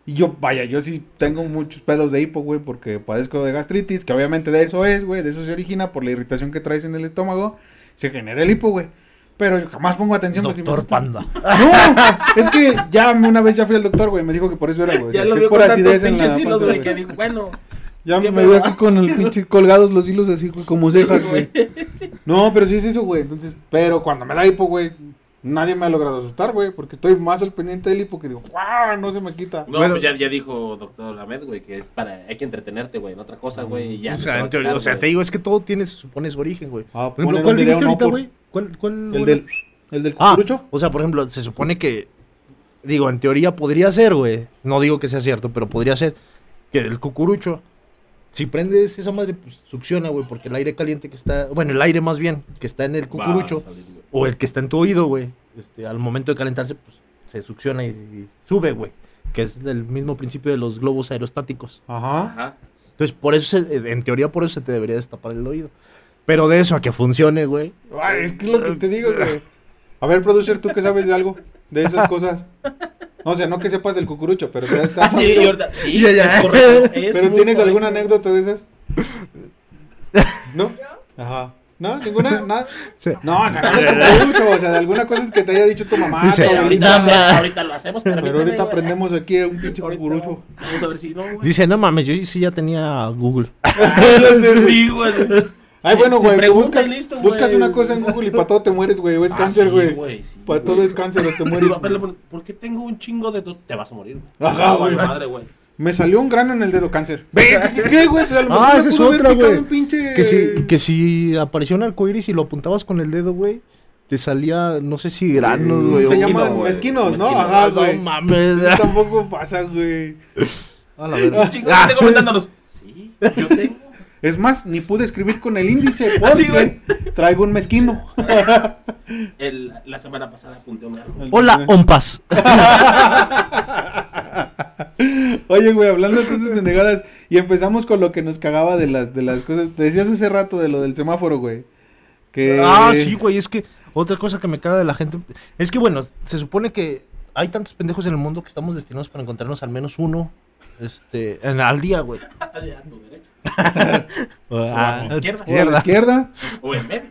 Y yo, vaya, yo sí tengo muchos pedos de hipo, güey, porque padezco de gastritis, que obviamente de eso es, güey, de eso se origina por la irritación que traes en el estómago, se genera el hipo, güey. Pero yo jamás pongo atención. pues, si me
Doctor
asustan.
Panda.
<laughs> No, es que ya una vez ya fui al doctor, güey, me dijo que por eso era, güey. o
ya
sea, que
lo
es
vio
por
con tantos
acidez en la
pinches hilos,
panza,
güey,
güey.
que dijo, bueno.
Ya
¿Qué
me veo
pedo?
aquí con
<laughs>
el pinche colgados los hilos así, güey, como cejas, güey. No, pero sí es eso, güey. Entonces, pero cuando me da hipo, güey, nadie me ha logrado asustar, güey, porque estoy más al pendiente del hipo que digo, ¡guau! No se me quita.
No,
Bueno.
pues ya, ya dijo doctor Ahmed, güey, que es para. Hay que entretenerte, güey, en otra cosa, güey. y ya
o
se
sea,
te va
en
a
teoría,
quitar,
o sea,
güey.
te digo, es que todo tiene, se supone, su origen, güey.
Ah,
Por ejemplo,
ponen
¿cuál
un video,
dijiste
no,
ahorita,
por-
güey? ¿Cuál, cuál?
El del, el del
Ah,
cucurucho.
o sea, por ejemplo, se supone que, digo, en teoría podría ser, güey. No digo que sea cierto, pero podría ser que el cucurucho Si prendes esa madre, pues succiona, güey, porque el aire caliente que está, bueno, el aire más bien, que está en el
Va a
cucurucho,
salir, güey.
o el que está en tu oído, güey, este, al momento de calentarse, pues se succiona y, y sube, güey, que es el mismo principio de los globos aerostáticos.
Ajá.
Ajá.
Entonces, por eso, se- eh, en teoría, por eso se te debería destapar el oído. Pero de eso a que funcione, güey.
Ay, es que es lo que te digo, güey. A ver, producer, ¿tú qué sabes de algo? De esas cosas. No, o sea, no que sepas del cucurucho, pero te estás
<laughs> Sí, y ahorita- sí,
Ah, <laughs> Ya, ya.
es correcto, es
¿Pero
muy
tienes
correcto.
alguna anécdota de
<laughs>
esas? ¿No? Ajá. ¿No? ¿Ninguna? ¿Nada?
Sí.
No, o sea, no del cucurucho, o sea, de alguna cosa es que te haya dicho tu mamá,
Dice,
tu
Pero
abuelita.
ahorita, lo
Nada.
hacemos, ahorita lo hacemos, permíteme,
Pero ahorita
güey.
aprendemos aquí un pinche
Ahorita
cucurucho.
Vamos a ver si no, güey.
Dice, no mames, yo sí ya tenía Google.
Ah,
Sí, güey.
Ay,
Sí,
bueno,
sí,
güey, tú
pregunta
buscas,
y listo, güey.
buscas una cosa en Google y para todo te mueres, güey, o es
Ah,
cáncer,
sí,
güey.
sí,
para
güey.
todo es cáncer o te
<laughs> Pero, <laughs>
mueres.
pero, pero, ¿Por qué tengo un chingo de... tu- Te vas a morir, güey.
Ajá,
Ah, vale,
güey.
madre, güey.
Me salió un grano en el dedo cáncer.
<laughs>
Ve, ¿Qué, qué, güey? A lo mejor
Ah,
me
esa es
pudo haber
otra,
picado
güey.
un pinche-
Que si, que si aparecía un arcoíris y lo apuntabas con el dedo, güey, te salía, no sé si granos, güey.
Eh, Se
o- Ah,
llaman
güey.
mezquinos, ¿no?
Mezquino.
Ajá,
No
güey.
mames.
Eso tampoco pasa, güey.
A la verga.
Chicos,
<laughs>
ah. comentándonos. Sí, yo tengo.
Es más, ni pude escribir con el
<laughs>
índice
Así,
porque traigo un mezquino. <laughs>
El- la semana pasada apunté un árbol.
Hola, ompas.
Oye, güey, hablando de cosas pendejadas y empezamos con lo que nos cagaba de las de las cosas. Te decías hace rato de lo del semáforo, güey. Que
Ah, sí, güey, es que otra cosa que me caga de la gente es que, bueno, se supone que hay tantos pendejos en el mundo que estamos destinados para encontrarnos al menos uno este, en, al día, güey.
Así, A tu derecha.
Ah,
tu izquierda.
O a la
izquierda.
izquierda.
O en medio.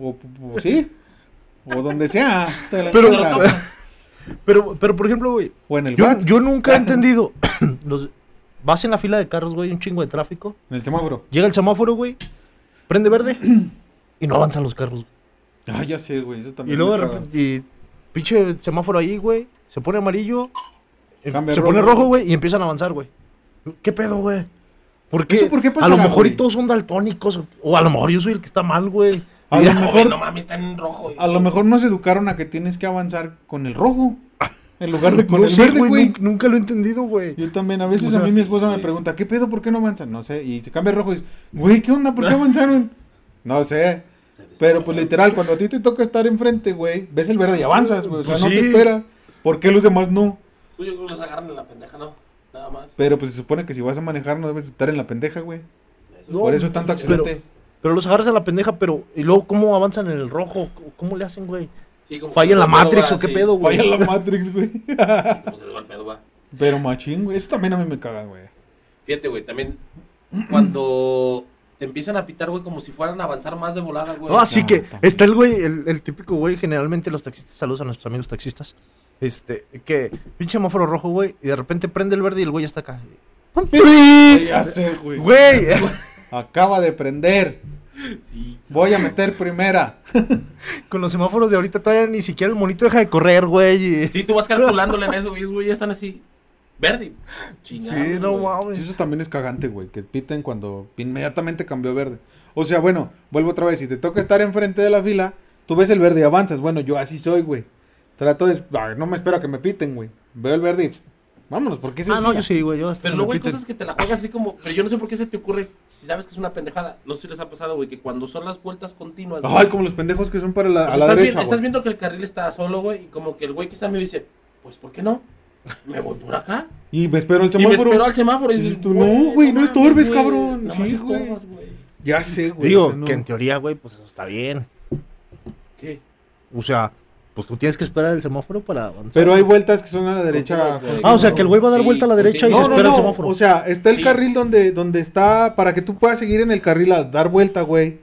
O, o sí. O donde sea. te la
Pero-
encuentras.
<laughs> Pero, pero, por ejemplo, güey,
o en el
yo,
Whats,
yo
<laughs>
nunca he entendido. <clears throat> los- vas en la fila de carros, güey, un chingo de tráfico.
en el semáforo.
Llega el semáforo, güey, prende verde y no avanzan los carros. güey.
Ah, ya sé, güey. Eso también.
Y luego de
me caga.
repente, y pinche semáforo ahí, güey, se pone amarillo, em-
Cambia
se
rojo,
pone rojo,
güey.
güey, y empiezan a avanzar, güey. ¿Qué pedo, güey? ¿Por qué?
¿Eso por qué
a
pasará,
lo mejor
güey?
y todos son daltónicos, o- o a lo mejor yo soy el que está mal, güey.
A
<laughs> Y-
lo
No,
mejor
no mames, está en rojo. güey.
A lo mejor nos educaron a que tienes que avanzar con el rojo. En lugar
<laughs>
de con
no
el
sé,
verde, güey.
nun- Nunca lo he entendido, güey.
Yo también, a veces
O sea,
a mí mi esposa me
sí.
pregunta, ¿qué pedo? ¿Por qué no avanzan? No sé. Y se cambia el rojo y dice, güey, ¿qué onda? ¿Por qué avanzaron? No sé. Pero pues literal, cuando a ti te toca estar enfrente, güey, ves el verde y avanzas, güey. O sea,
Pues
no te
sí.
espera. ¿Por qué los demás no?
Yo creo que los agarran en la pendeja, ¿no? Nada más.
Pero pues se supone que si vas a manejar no debes estar en la pendeja, güey.
No,
Por eso tanto accidente.
Pero, pero los agarras a la pendeja, pero. ¿Y luego cómo avanzan en el rojo? ¿Cómo le hacen, güey?
Sí, como
¿Falla
que
en la
el pedo
Matrix
va
o qué
así,
pedo, güey?
Falla la Matrix, güey. <laughs>
como se les va el pedo, va.
Pero machín, güey. Eso también a mí me caga, güey.
Fíjate, güey, también cuando te empiezan a pitar, güey, como si fueran a avanzar más de volada, güey.
No, así
no,
que
tampoco.
está el güey, el, el típico güey, generalmente los taxistas, saludos a nuestros amigos taxistas, este, que pinche semáforo rojo, güey, y de repente prende el verde y el güey está acá.
Ya sé, güey.
Güey, <laughs>
Acaba de prender. Voy a meter primera.
con los semáforos de ahorita todavía ni siquiera el monito deja de correr, güey. y- <laughs>
Sí, tú vas calculándole en eso, güey, esos güey, ya están así, verde. Chingado,
Sí, no
güey.
mames.
Eso también es cagante, güey. Que piten cuando inmediatamente cambió a verde. O sea, bueno, vuelvo otra vez. Si te toca estar enfrente de la fila, tú ves el verde y avanzas. Bueno, yo así soy, güey. Trato de. Ay, no me espero a que me piten, güey. Veo el verde y. pf, Vámonos, porque es
Ah, no,
sencilla.
yo sí, güey, yo hasta
Pero
que me
luego hay
piten.
cosas que te la juegas así como, pero yo no sé por qué se te ocurre, si sabes que es una pendejada, no sé si les ha pasado, güey, que cuando son las vueltas continuas, güey,
Ay, como los pendejos que son para la,
o sea,
a la
estás, vi-
derecha.
estás
güey.
viendo que el carril está solo, güey, y como que el güey que está medio dice, pues, ¿por qué no? Me voy por acá.
Y me espero el
Y me
semáforo.
espero al semáforo y dices,
Dices tú, no, güey, no
mames,
estorbes,
güey,
cabrón.
nada
Sí,
más
güey.
estorbas, güey.
Ya sé, güey. o
Digo,
sea, no.
que en teoría, güey, pues eso está bien.
¿Qué?
O sea, pues tú tienes que esperar el semáforo para avanzar.
Pero hay vueltas que son a la derecha.
Continuas, güey.
Ah, o sea, que el güey va a dar
Sí,
vuelta a la derecha y
continúa.
No,
se
no,
espera
no.
el semáforo.
O sea, está el
Sí.
carril donde, donde está para que tú puedas seguir en el carril a dar vuelta, güey.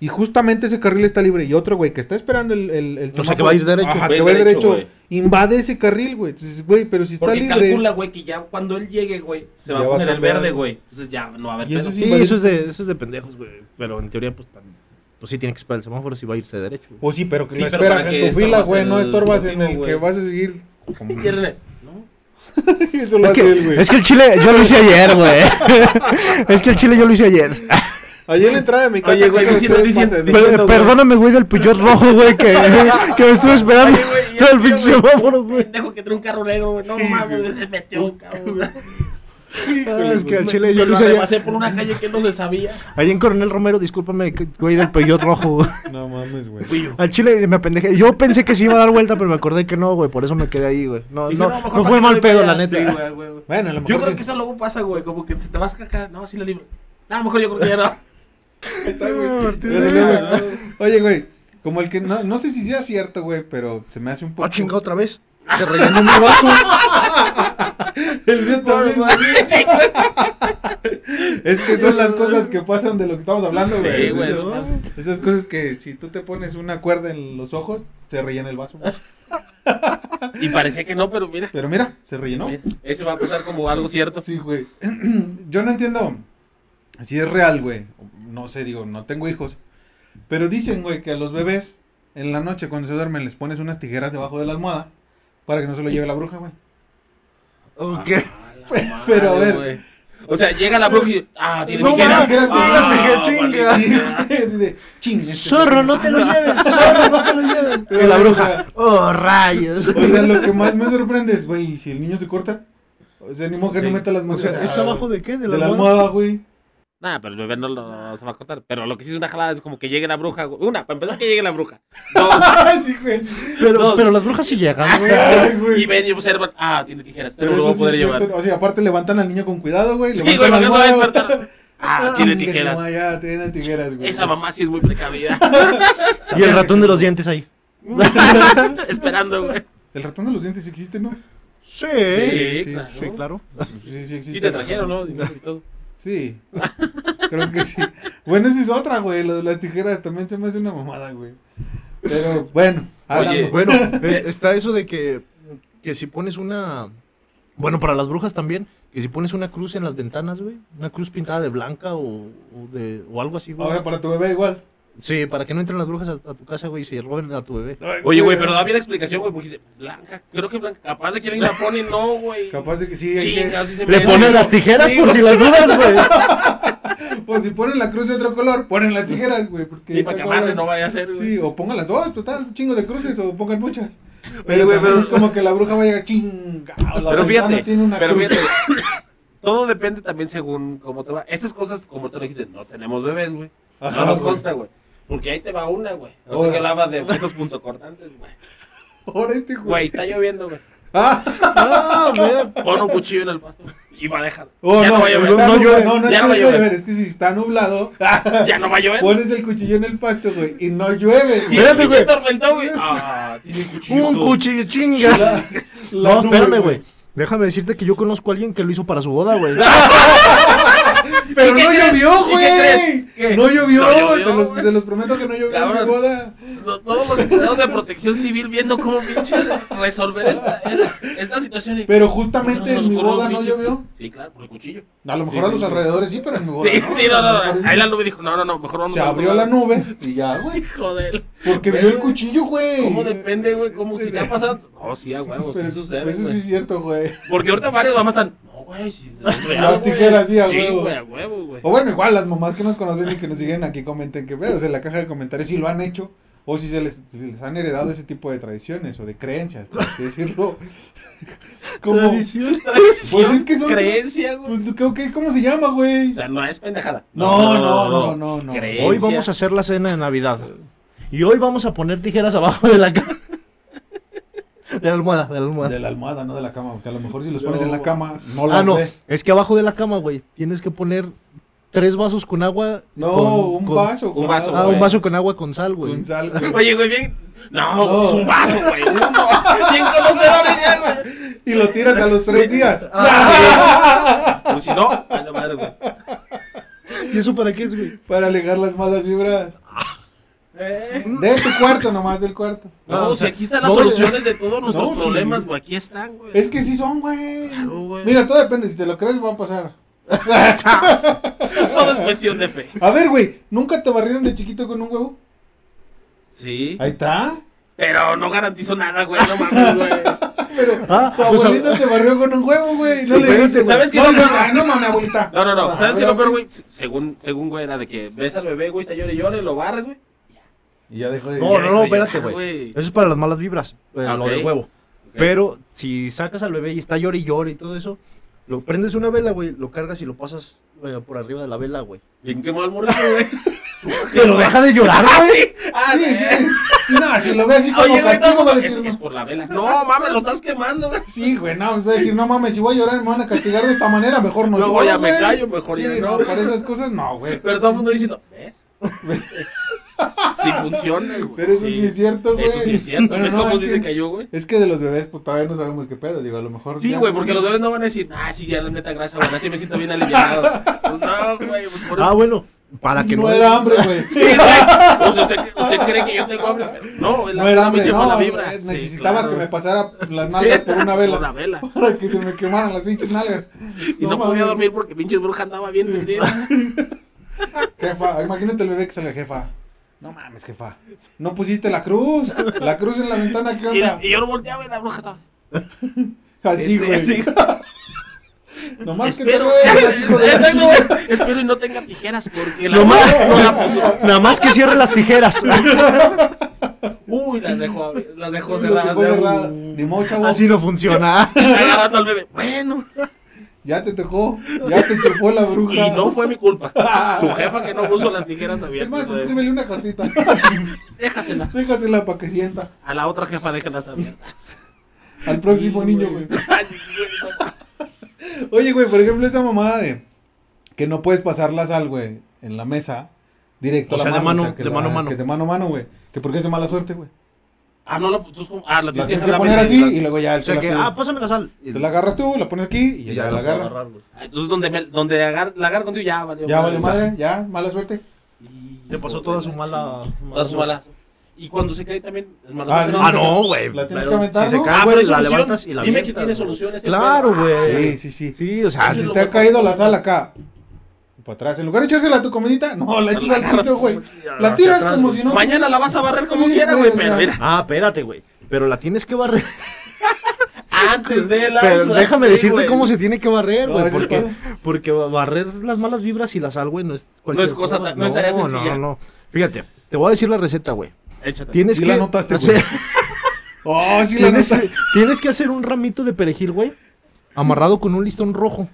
Y justamente ese carril está libre. Y otro, güey, que está esperando el, el, el
O sea, que va a ir derecho.
Ajá,
Va a
que
ir
va a ir
derecho,
derecho.
güey.
Invade ese carril, güey. Entonces, güey, pero si está
Porque
libre.
calcula, güey, que ya cuando él llegue, güey, se va
Ya
a
va a
poner el
cambiar.
verde, güey. Entonces ya no va a haber
Y eso
pedo.
sí,
Sí, eso es, de, eso es de pendejos, güey. Pero en teoría, pues, tam- pues sí tiene que esperar el semáforo si va a irse
<laughs>
derecho, güey.
O pues sí, pero que
Sí,
lo
pero
esperas
para
en
que
tu fila,
estorbas
güey.
el
No estorbas en
motivo,
el
güey.
que vas a seguir. <laughs>
Y René, no.
Eso lo hace él, güey.
Es que el chile yo lo hice ayer, güey. <laughs> es que el chile yo lo hice ayer.
Allí en la entrada de mi casa,
Oye, güey,
casi
sí,
ustedes
no dicen-
pasan,
sí,
¿no?
Per-
güey.
perdóname, güey, del pillot rojo, güey, que, que me estuve esperando
Oye, güey, y
todo el
mira,
pinche
güey,
semáforo, güey.
Pendejo que trae un carro negro, güey. No mames, güey, se metió, cabrón.
Ah, es que al chile
Me
yo lo
lo
hice allá-
pasé por una calle que no se sabía.
Ahí en Coronel Romero, discúlpame, que- güey, del peyot rojo.
<laughs> No mames, güey.
Fui yo.
Al chile me apendejé. Yo pensé que sí iba a dar vuelta, pero me acordé que no, güey. Por eso me quedé ahí, güey. No,
Dije,
no,
mejor
no
para
fue
que
mal
le
pedo,
vea.
la neta.
Sí,
güey.
güey, güey, güey.
Bueno, a lo
Yo
mejor.
creo
sí.
que eso luego pasa, güey. Como que se te vas acá. No, sí la libro. No, mejor yo creo que ya no.
<laughs> Ahí está, güey.
Ah, Martín,
Ya se
güey.
le- Oye, güey. Como el que no, no sé si sea cierto, güey, pero se me hace un poco.
Ah, chinga, otra vez. Se rellenó mi vaso.
El mío también, güey. <laughs> Es que son
<laughs>
las cosas que pasan de lo que estamos hablando, güey.
Sí, güey,
esas,
eso pasa.
esas cosas que si tú te pones una cuerda en los ojos, se rellena el vaso. güey.
Y parecía que no, pero mira.
Pero mira, se rellenó.
Mira, Ese va a pasar como algo cierto.
Sí, güey. <clears throat> Yo no entiendo si es real, güey. No sé, digo, no tengo hijos. Pero dicen, güey, que a los bebés en la noche cuando se duermen les pones unas tijeras debajo de la almohada para que no se lo lleve la bruja, güey.
Ok.
Pero a
Madre,
ver.
güey. O sea, llega la bruja y. Ah, tiene
No
tijeras.
mames, tiene
Ah,
tijeras, dije,
maldita.
chinga.
Sí, así de, "Chin, este
Zorro,
<laughs>
no te lo lleves. Zorro, no te lo lleves.
Pero
Y la
la
bruja. Oh, rayos.
O sea, lo que más me sorprende es, güey, si el niño se corta. O sea, ni modo que no
Sí.
meta las
O
manos.
<laughs> sea, ah, ¿es
a-
abajo de qué?
de la almohada, güey.
Nah, pero el bebé no, lo- no se va a cortar. Pero lo que sí es una jalada es como que llegue la bruja. güey. Una, para empezar que llegue la bruja. Dos.
<laughs> sí, güey. sí.
Pero,
No.
pero las brujas sí llegan, güey.
Ay, güey.
y ven y observan. Ah, tiene tijeras. Este
Pero
no lo
eso
va a
sí
poder
es
llevar.
cierto. O sea, aparte levantan al niño con cuidado, güey.
Sí,
levantan
güey,
la
porque se va a
almohada.
despertar. Ah, tiene
Chingue su
tijeras.
madre, Ya, tiene tijeras, güey.
Esa mamá sí es
<laughs>
muy precavida.
Y el ratón de los dientes ahí.
Esperando, güey.
El ratón de los dientes sí existe, ¿no?
<laughs> Sí.
Sí,
Sí,
claro.
sí, claro.
Sí, sí existe.
Sí te trajeron, ¿no? Y todo.
Sí. Creo que sí. Bueno, esa es otra, güey. Lo de las tijeras también se me hace una mamada, güey. Pero bueno,
Oye.
hablando.
Bueno, eh, está eso de que, que si pones una. Bueno, para las brujas también, que si pones una cruz en las ventanas, güey. Una cruz pintada de blanca o, o de, o algo así, güey.
Ahora para tu bebé igual.
Sí, para que no entren las brujas a, a tu casa, güey, y se roben a tu bebé.
Oye, güey, pero da bien la explicación, güey. Porque dice, Blanca, creo que Blanca. Capaz de que alguien la pone, no, güey.
Capaz de que sí. hay que- <laughs>
Chinga, sí se
Le
me-
ponen las tijeras por si las dudas, güey.
Pues si ponen la cruz de otro color, ponen las tijeras, güey. Porque
Y para que
está
amarre,
cabrón.
no vaya a ser, güey.
Sí, o pongan las dos, total, un chingo de cruces o pongan muchas.
Oye,
Pero,
güey,
también
pero-
es como que la bruja va a llegar chinga. la
Pero
ventana
fíjate,
tiene una
pero
cruz.
fíjate. Todo depende también según cómo te va. Estas cosas, como te lo dijiste, no tenemos bebés, güey.
Ajá,
no nos
güey.
consta, güey. Porque ahí te va una, güey.
Ahora.
Ahora que hablaba de objetos punzocortantes, güey.
<laughs> Ahora este güey.
Güey, está lloviendo, güey. <laughs>
Ah,
Ah, mira.
Pon un cuchillo en el pasto güey, y va a dejar.
oh,
ya
no,
no, va a llover.
está
no
nublado,
llueve,
no, no
ya
es que
no va a
no
llover.
es que si está nublado,
Ya no va a
<laughs>
llover.
pones el cuchillo en el pasto, güey, y no llueve.
Y
güey.
el
Espérate,
pinche
güey.
tormentón, güey. Ah, tiene cuchillo.
Un
tú.
cuchillo, chinga.
La
No,
nube,
espérame, güey. Déjame decirte que yo conozco a alguien que lo hizo para su boda,
<laughs>
güey.
Pero
¿Y qué
no
crees?
llovió,
¿Y qué
güey.
crees? ¿Qué?
No llovió,
No llovió,
te los-
güey.
se los prometo que no llovió en mi
Cabrón.
boda.
Lo- Todos los empleados de protección civil viendo cómo pinche resolver esta, esta, esta situación. y-
Pero
¿Por
justamente
qué no se
en mi
nos ocurre un
boda no
pinche-
llovió.
Sí, claro, por el cuchillo.
A lo
Sí,
mejor a
sí,
los
sí.
alrededor alrededores sí, pero en mi boda
Sí,
no.
sí, no, no,
mejor
no. Ahí la nube dijo, no, no, no, mejor vamos
Se abrió la nube y ya, güey.
Hijo de él.
Porque vio el cuchillo, güey.
¿Cómo depende, güey? ¿Cómo si te ha pasado? No, sí, a huevo,
Pero
sí sucede,
Eso sí
güey.
es cierto, güey.
Porque ahorita varias mamás están, no, güey, si es real,
Las
güey".
tijeras, sí, a huevo. Oh,
Sí, güey, a huevo, güey.
O bueno, igual las mamás que nos conocen y que nos siguen aquí comenten qué pedos en la caja de comentarios si lo han hecho o si se les, si les han heredado ese tipo de tradiciones o de creencias, por así decirlo. <laughs> Como,
Tradición.
pues es que son
Creencia, güey.
pues, ¿qué- qué- ¿Cómo se llama, güey?
O sea, no es pendejada.
No, no, no, no, no.
Creencia.
Hoy vamos a hacer la cena de Navidad. Y hoy vamos a poner tijeras abajo de la cama. <laughs> De la almohada, de la almohada.
De la almohada, no de la cama, porque a lo mejor si los pones en la cama no las
ah, no.
ve.
Es que abajo de la cama, güey, tienes que poner tres vasos con agua.
No,
con-
un
con-
vaso.
un vaso,
Ah,
güey.
un vaso con agua con sal, güey.
Con sal, <laughs> güey.
Oye, güey, bien. No,
No.
es un vaso, güey. Bien
<laughs>
conocedores ya, güey.
Y lo tiras a los tres días. Ah,
Pues si no, a la madre, güey.
¿Y eso para qué
<laughs>
es, güey?
Para alejar las malas vibras. De tu cuarto nomás, del cuarto.
No,
No, o
si
sea,
aquí están
no,
las
güey.
soluciones de todos nuestros
No, sí.
problemas, güey. Aquí están, güey.
Es que sí son, güey.
Claro, güey.
Mira, todo depende. Si te lo crees, va a pasar.
Todo es cuestión de fe.
A ver, güey. ¿Nunca te barrieron de chiquito con un huevo?
Sí.
Ahí está.
Pero no garantizo nada, güey. No mames, <laughs> güey.
Ah,
Tu
pues,
abuelita
ah,
te barrió con un huevo, güey. No
Sí,
le
güey.
dijiste, güey.
¿Sabes qué?
No,
No,
no,
no.
ay, no mames, abuelita.
No, no, no.
Ah,
¿Sabes qué
güey,
lo peor,
ok.
güey? Se- Según, según, güey, era de que ves al bebé, güey, está llore y llore, lo barres, güey.
Y ya dejó de...
No, no, no,
Ay,
espérate,
güey.
güey. Eso es para las malas vibras, eh,
Ah,
lo
ok.
del huevo. Pero si sacas al bebé y está llore y llore y todo eso, Lo prendes una vela, güey, lo cargas y lo pasas güey, por arriba de la vela, güey.
Bien quemado el morado,
<laughs>
güey.
Pero deja de llorar, güey.
Ah,
Sí, sí. Sí, no, si lo ve así como
Oye, güey,
castigo,
no,
va a
es,
decir,
es
no.
por la vela. No, mames, lo estás quemando, güey.
Sí, güey, no, vas a decir, no mames, si voy a llorar me van a castigar de esta manera, mejor no
Luego
lloro,
ya me
güey.
callo, mejor
sí,
ya
no,
no.
para esas cosas no, güey.
Pero todo el mundo diciendo,
<laughs>
¿ves? Si funciona, güey.
Pero eso sí, es cierto, güey.
Eso sí es cierto.
Pero
¿Ves
no,
cómo
es
sí se
que-
cayó, güey?
Es que de los bebés, pues todavía no sabemos qué pedo, digo, a lo mejor.
Sí,
Pues ya-
güey, porque los bebés no van a decir, ah, sí, ya la neta grasa, güey, así me siento bien aliviado. Pues no, güey, pues por eso.
Ah,
<laughs>
bueno, para que
no
no.
era hambre, güey.
Sí, güey. O sea, usted, usted cree que yo tengo hambre, pero no, es la
No era
me
hambre,
llevó
no.
la vibra.
eh,
Sí,
Necesitaba
claro.
que me pasara pues, las nalgas
Sí.
por una vela.
Por <laughs> una vela.
<laughs> Para que se me quemaran las pinches nalgas.
Y no,
mames.
podía dormir porque pinche bruja
<laughs>
andaba bien tendida.
Jefa, imagínate el bebé que sale, jefa. No mames, jefa. No pusiste la cruz. La cruz en la ventana, ¿qué
Y,
onda?
la- y yo lo volteaba y la bruja estaba.
Así,
este,
güey. <laughs>
así.
Nomás que te
Espero, <laughs>
veas, hijo de la
Exacto,
chingada.
güey. Espero y no tenga tijeras porque la
Lo más,
bruja no la puso.
nada más que cierre las tijeras.
Uy, las dejó, las dejó
Lo
cerradas.
dejó
güey.
cerrada. Ni modo, chavo.
<laughs> Así no funciona.
Agarrando al bebé. Bueno,
Ya te tocó. Ya te chupó la bruja.
y no fue mi culpa.
<laughs>
Tu jefa que no puso las tijeras
Es
abiertas.
más,
güey.
escríbele una cartita.
Déjasela.
Déjasela para que sienta.
A la otra jefa déjalas abiertas.
Al próximo
Sí,
niño,
<laughs>
güey. Oye, güey, por ejemplo, esa mamada de que no puedes pasar la sal, güey, en la mesa directo
O sea,
a la
de
mano,
mano,
que
de
la-
mano a mano.
Que de mano a mano, güey. Que porque es de mala suerte, güey.
Ah, no, la, tú, como- ah, la
La
tienes que
tienes
dejar
que
la
poner
mesa
así y
y la-
luego ya el
<laughs> O sea
la
que,
pide.
ah, pásame la sal.
Te la agarras tú, la pones aquí y, ya, la
puedo
agarra.
agarrar, güey.
Ah, Entonces, donde, me, donde agar- la agarra contigo ya valió.
Ya vale madre, ya, mala suerte.
Le pasó toda su mala.
Toda su mala. Y cuando se cae también es malo.
Ah,
Ah, no, güey.
La tienes
Pero
que aventar,
Si se
¿no?
cae,
Ah, pero
güey,
hay
la
solución.
levantas y la
Dime que
avientas,
tiene
güey.
solución este
Claro,
pedo.
güey.
Sí, sí, sí.
Sí, o sea,
Ese
Si
lo
te ha
mejor.
caído la sal acá, para atrás, en lugar de echársela a tu comidita, no, la echas al piso, güey. La
hacia
tiras
atrás,
como
güey.
si no.
Mañana la vas a barrer como
Sí,
quiera,
güey,
güey, pero
o sea.
mira,
Ah, espérate, güey. Pero la tienes que barrer.
antes de la.
Pero déjame
Sí,
decirte
güey.
cómo se tiene que barrer,
No,
güey.
eso es
porque,
para-
porque barrer las malas vibras y la sal, güey, no es cualquier
es cosa ta- no es tarea sencilla.
No, no, Fíjate, te voy a decir la receta, güey.
Échate.
Tienes
Sí
que.
la notaste,
hacer- <laughs>
güey. Oh, sí, la
tienes,
neta.
tienes que hacer un ramito de perejil, güey. Amarrado con un listón rojo.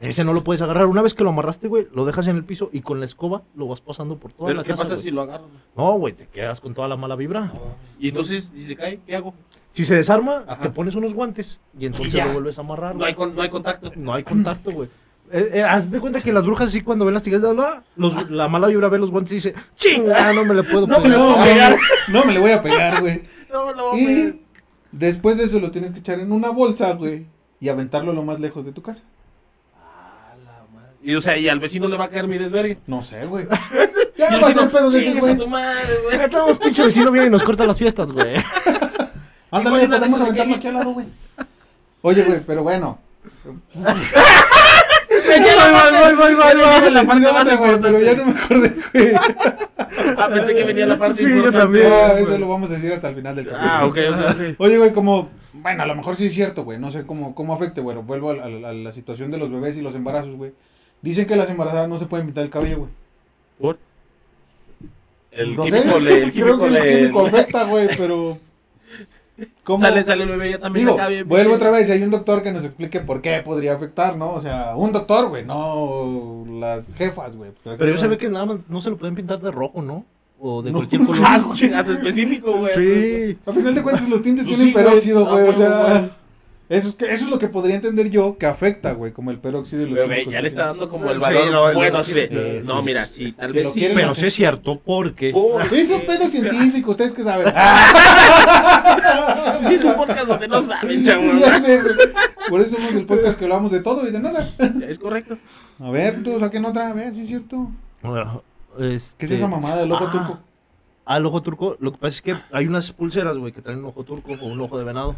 Ese no lo puedes agarrar. Una vez que lo amarraste, güey, lo dejas en el piso y con la escoba lo vas pasando por toda
Pero
la
¿qué
casa,
pasa
güey.
si lo agarro?
No, güey, te quedas con toda la mala vibra.
Y entonces, si se cae, ¿qué hago?
Si se desarma,
Ajá.
te pones unos guantes y entonces
ya.
lo vuelves a amarrar,
No hay,
güey.
con- no hay contacto.
No hay contacto, güey. <laughs> Eh, eh, haz de cuenta que las brujas así cuando ven las tijeras, no, los, la mala vibra ve los guantes y dice, <laughs> chinga, no me le puedo
No me
pegar".
le voy a
<laughs>
pegar. No me le voy a pegar, güey.
No, no,
Y después de eso lo tienes que echar en una bolsa, güey. Y aventarlo lo más lejos de tu casa.
A la madre. Y o sea, y al vecino le va a caer mi desvergue.
No sé, güey.
Y
ya
el
pasó el
vecino,
pedo de ese,
"Chingues a tu
güey.
madre, güey.
Ya todos pinche vecino viene y nos corta las fiestas, güey. <laughs>
Ándale,
Igual una
podemos
vez se me
aventarlo
cae.
aquí al lado, güey. Oye, güey, pero bueno.
Viene <laughs> la parte
Decía
más
otra, güey, pero ya no me acordé, güey.
Ah, pensé que venía la parte
Sí, yo
importante.
también.
No,
güey.
Ah, eso lo vamos a decir hasta el final del capítulo.
Ah, ok, ok, ok.
Oye, güey, como. Bueno, a lo mejor sí es cierto, güey. No sé cómo, cómo afecte, güey. Vuelvo a, la- a la situación de los bebés y los embarazos, güey. Dicen que las embarazadas no se pueden pintar el cabello, güey.
El
No sé,
químico le. El
Creo
químico
que
le.
el químico afecta, güey, pero. ¿Cómo?
Sale, sale el bebé ya también.
Digo,
acá bien
vuelvo
pinche.
otra vez, y hay un doctor que nos explique por qué podría afectar, ¿no? O sea, un doctor, güey, no las jefas, güey.
Pero yo se ve que nada más no se lo pueden pintar de rojo, ¿no? O de
No,
<laughs> cualquier color.
Ah, ching, hasta específico, güey.
Sí.
A final de cuentas los tintes
Pues
tienen
sí, güey.
peróxido,
Ah,
güey, o
huevo,
sea...
güey.
Eso es, que, eso es lo que podría entender yo que afecta, güey, como el peróxido y los
Pero, güey,
químicos
ya
que
le está
tienen.
dando como el
Sí,
valor
no, el-
bueno, así de.
Sí, sí,
no,
sí.
mira, sí, tal
Si lo
vez sí.
quieren
Pero sí es cierto, porque.
porque-
Es un pedo científico, ustedes que
<laughs>
saben.
Ah,
<laughs>
Sí, es un podcast donde no saben, chavos.
<laughs> Ya sé, güey. Por eso somos el podcast que hablamos de todo y de nada.
Es correcto.
A ver, tú saquen otra, a ver, sí es cierto.
Bueno,
¿Qué es
este,
esa mamada del loco
ah.
turco?
Ah, el ojo turco. Lo que pasa es que hay unas pulseras, güey, que traen un ojo turco o un ojo de venado.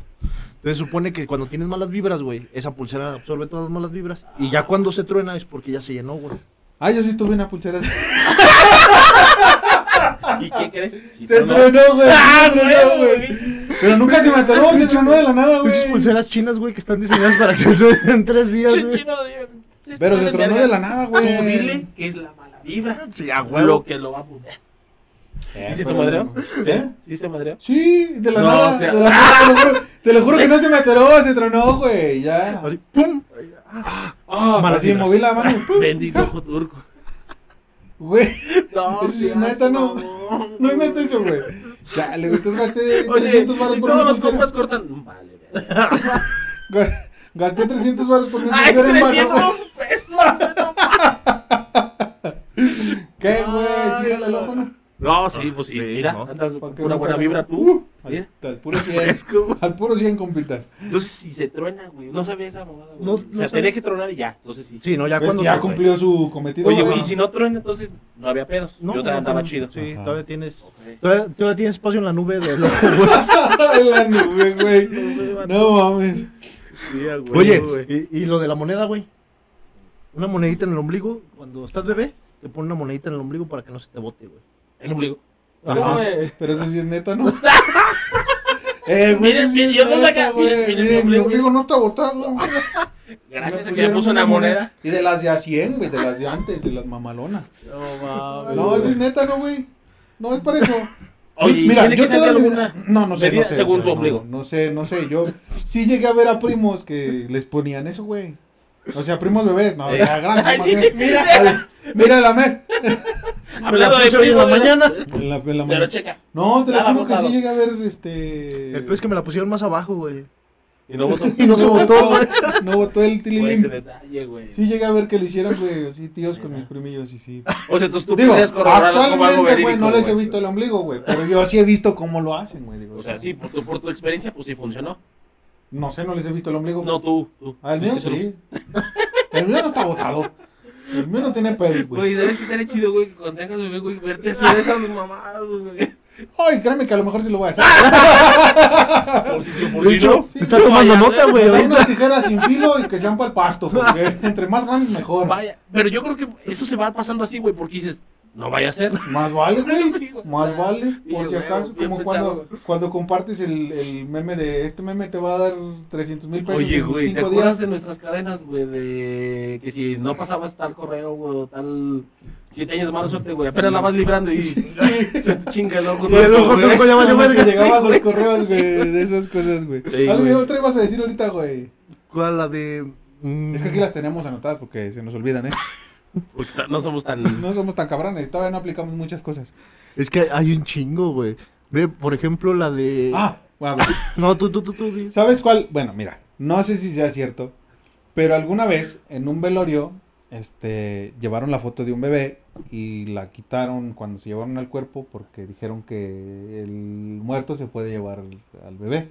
Entonces supone que cuando tienes malas vibras, güey, esa pulsera absorbe todas las malas vibras. Y ya cuando se truena es porque ya se llenó, güey.
Ah, yo sí tuve una pulsera
<laughs>
de...
¿Y qué crees? Sí,
Se
no, no.
tronó, güey.
Ah,
se tronó,
güey,
güey. Pero nunca se me atoró, se tronó de la nada, güey.
Muchas pulseras chinas, güey, que están diseñadas para que se truenen en tres días, güey.
Chino de-
Pero se
Este
tronó
verga.
de la nada,
Tú
güey.
dile que es la mala vibra.
Sí, a
Lo
huevo.
que lo va a poner. ¿Y si te madreó? ¿Sí? ¿Sí se madreó?
Eh, Sí, de la
No,
nada.
o sea-
de la nada, te, lo juro, te lo juro que no se me atoró, se tronó, güey. Ya.
Así, ¡pum!
Ah,
Así
vibras.
moví la mano. ¡pum!
<laughs> Bendito ojo turco.
Güey. <laughs>
No,
Eso- neta, no. No inventes eso, güey. Ya, le gustas gasté
Oye,
300 baros
y
por mi
todos los
pulsera.
compas cortan. Vale, verga.
Ga- Gasté 300 baros por mi
¡Ay,
pulsera en mano,
300
güey.
pesos!
¿Qué, güey? Sí, jala el ojo, ¿no?
No, sí, pues sí.
Sí,
Mira,
¿no?
andas
¿Para
con
qué
pura
no
buena
te- Uh,
vibra tú. ¿eh?
Al,
Mira.
al puro 100. Al puro 100, compitas.
Entonces, si se truena, güey. No sabía esa mamada, güey.
No- no
o sea,
sabía.
tenía que tronar y ya. Entonces sí.
Sí, no, ya
Pues
cuando.
ya
te-
cumplió su cometido. Ah,
Oye,
güey.
güey, y si no truena, entonces no había pedos.
No,
Yo
no,
también andaba
no,
chido.
Sí,
Ajá.
todavía tienes.
Ok.
Todavía, todavía tienes espacio en la nube del ojo,
<laughs>
güey.
En <laughs> la nube, güey. No mames.
Oye, y, y lo de la moneda, güey. Una monedita en el ombligo. Cuando estás bebé, te pone una monedita en el ombligo para que no se te bote, güey.
El ombligo.
Pero
No,
eso-
güey.
Pero eso sí es neta,
<laughs>
¿no? Eh, güey,
Miren,
sí
miren,
es
yo no
neta,
saca-
güey.
miren, miren,
Miren,
mi
mi
ombligo.
ombligo no está botado.
Gracias a que le
pusieron
puso una moneda.
Y de las de a 100, güey, de las de antes, de las mamalonas.
No,
No, eso es neta, no, güey. No, es para eso.
<laughs> Oye,
Mira,
¿tiene
yo
que
te
ser de
doy mi-
alguna?
No, no sé, no
medida
sé. o
según
sea,
tu
no,
ombligo.
No, sé, no sé. Yo sí llegué a ver a primos que les ponían eso, güey. O sea, primos bebés, no,
Eh.
ya grandes,
<laughs> Ay,
más
sí,
bien.
mira.
Al- Mira la med.
Ah, Hablando de ¿eh?
puse hoy en
primo,
la
de-
mañana.
En la, en la
Pero
mano.
checa.
No, te lo
Nada,
juro que sí
botado.
llegué a ver este. <laughs>
El pez Eh, que me la pusieron más abajo, güey.
Y no <laughs> votó.
Y no se botó, güey.
No botó el
Fue ese
tililín.
detalle, güey.
Sí llegué a ver que lo hicieron, güey, así tíos con mis primillos y sí.
O sea, entonces tú
Digo,
podrías corroborarlo como algo
actualmente, güey,
verídico,
no les he
güey.
visto el ombligo, güey, pero yo sí he visto cómo lo hacen, güey. digo,
O sea, sí, por tu, por tu experiencia, pues sí funcionó.
No sé, no les he visto el ombligo.
No, tú, tú.
Ah, el mío
Es que solo-
sí. El mío no está botado. El mío no tiene pedos, güey.
Güey, debe estar chido, güey, que cuando tengas bebé, güey, verte así de esas mamadas,
<laughs>
güey.
Ay, créeme que a lo mejor sí lo voy a hacer.
Por si, por
De
si
hecho,
no.
Sí,
está
no,
tomando
vaya,
nota,
no,
güey.
<laughs>
Pues hay
ahorita.
unas tijeras sin filo y que sean para el pasto, porque entre más grandes mejor.
Vaya, pero yo creo que eso se va pasando así, güey, porque dices, no vaya a ser.
Más vale, güey.
<laughs> Sí, güey.
Más vale.
Sí,
Por si
güey,
acaso,
bien
como
pensado,
cuando, cuando compartes el, el meme de este meme te va a dar 300 mil pesos
Oye,
en
güey, ¿te
cinco
acuerdas
días.
de nuestras cadenas, güey? De que si no pasabas tal correo, güey, o tal. Siete años de mala suerte, güey. Apenas la vas librando <laughs> y se te chinga el ojo.
Y el
turco,
ojo
güey.
turco ya valió
Como que
verga.
llegaban los correos güey, de esas cosas, güey.
Sí,
Algo
güey.
otra ibas a decir ahorita, güey.
¿Cuál la de.? mm,
Es que aquí las tenemos anotadas porque se nos olvidan, ¿eh?
Porque no somos tan.
No somos tan cabrones, todavía no aplicamos muchas cosas.
Es que hay un chingo, güey. Ve, por ejemplo, la de.
Ah, bueno, güey.
No, tú, tú, tú, tú. di.
¿Sabes cuál? Bueno, mira, no sé si sea cierto, pero alguna vez en un velorio, este, llevaron la foto de un bebé y la quitaron cuando se llevaron al cuerpo porque dijeron que el muerto se puede llevar al, al bebé.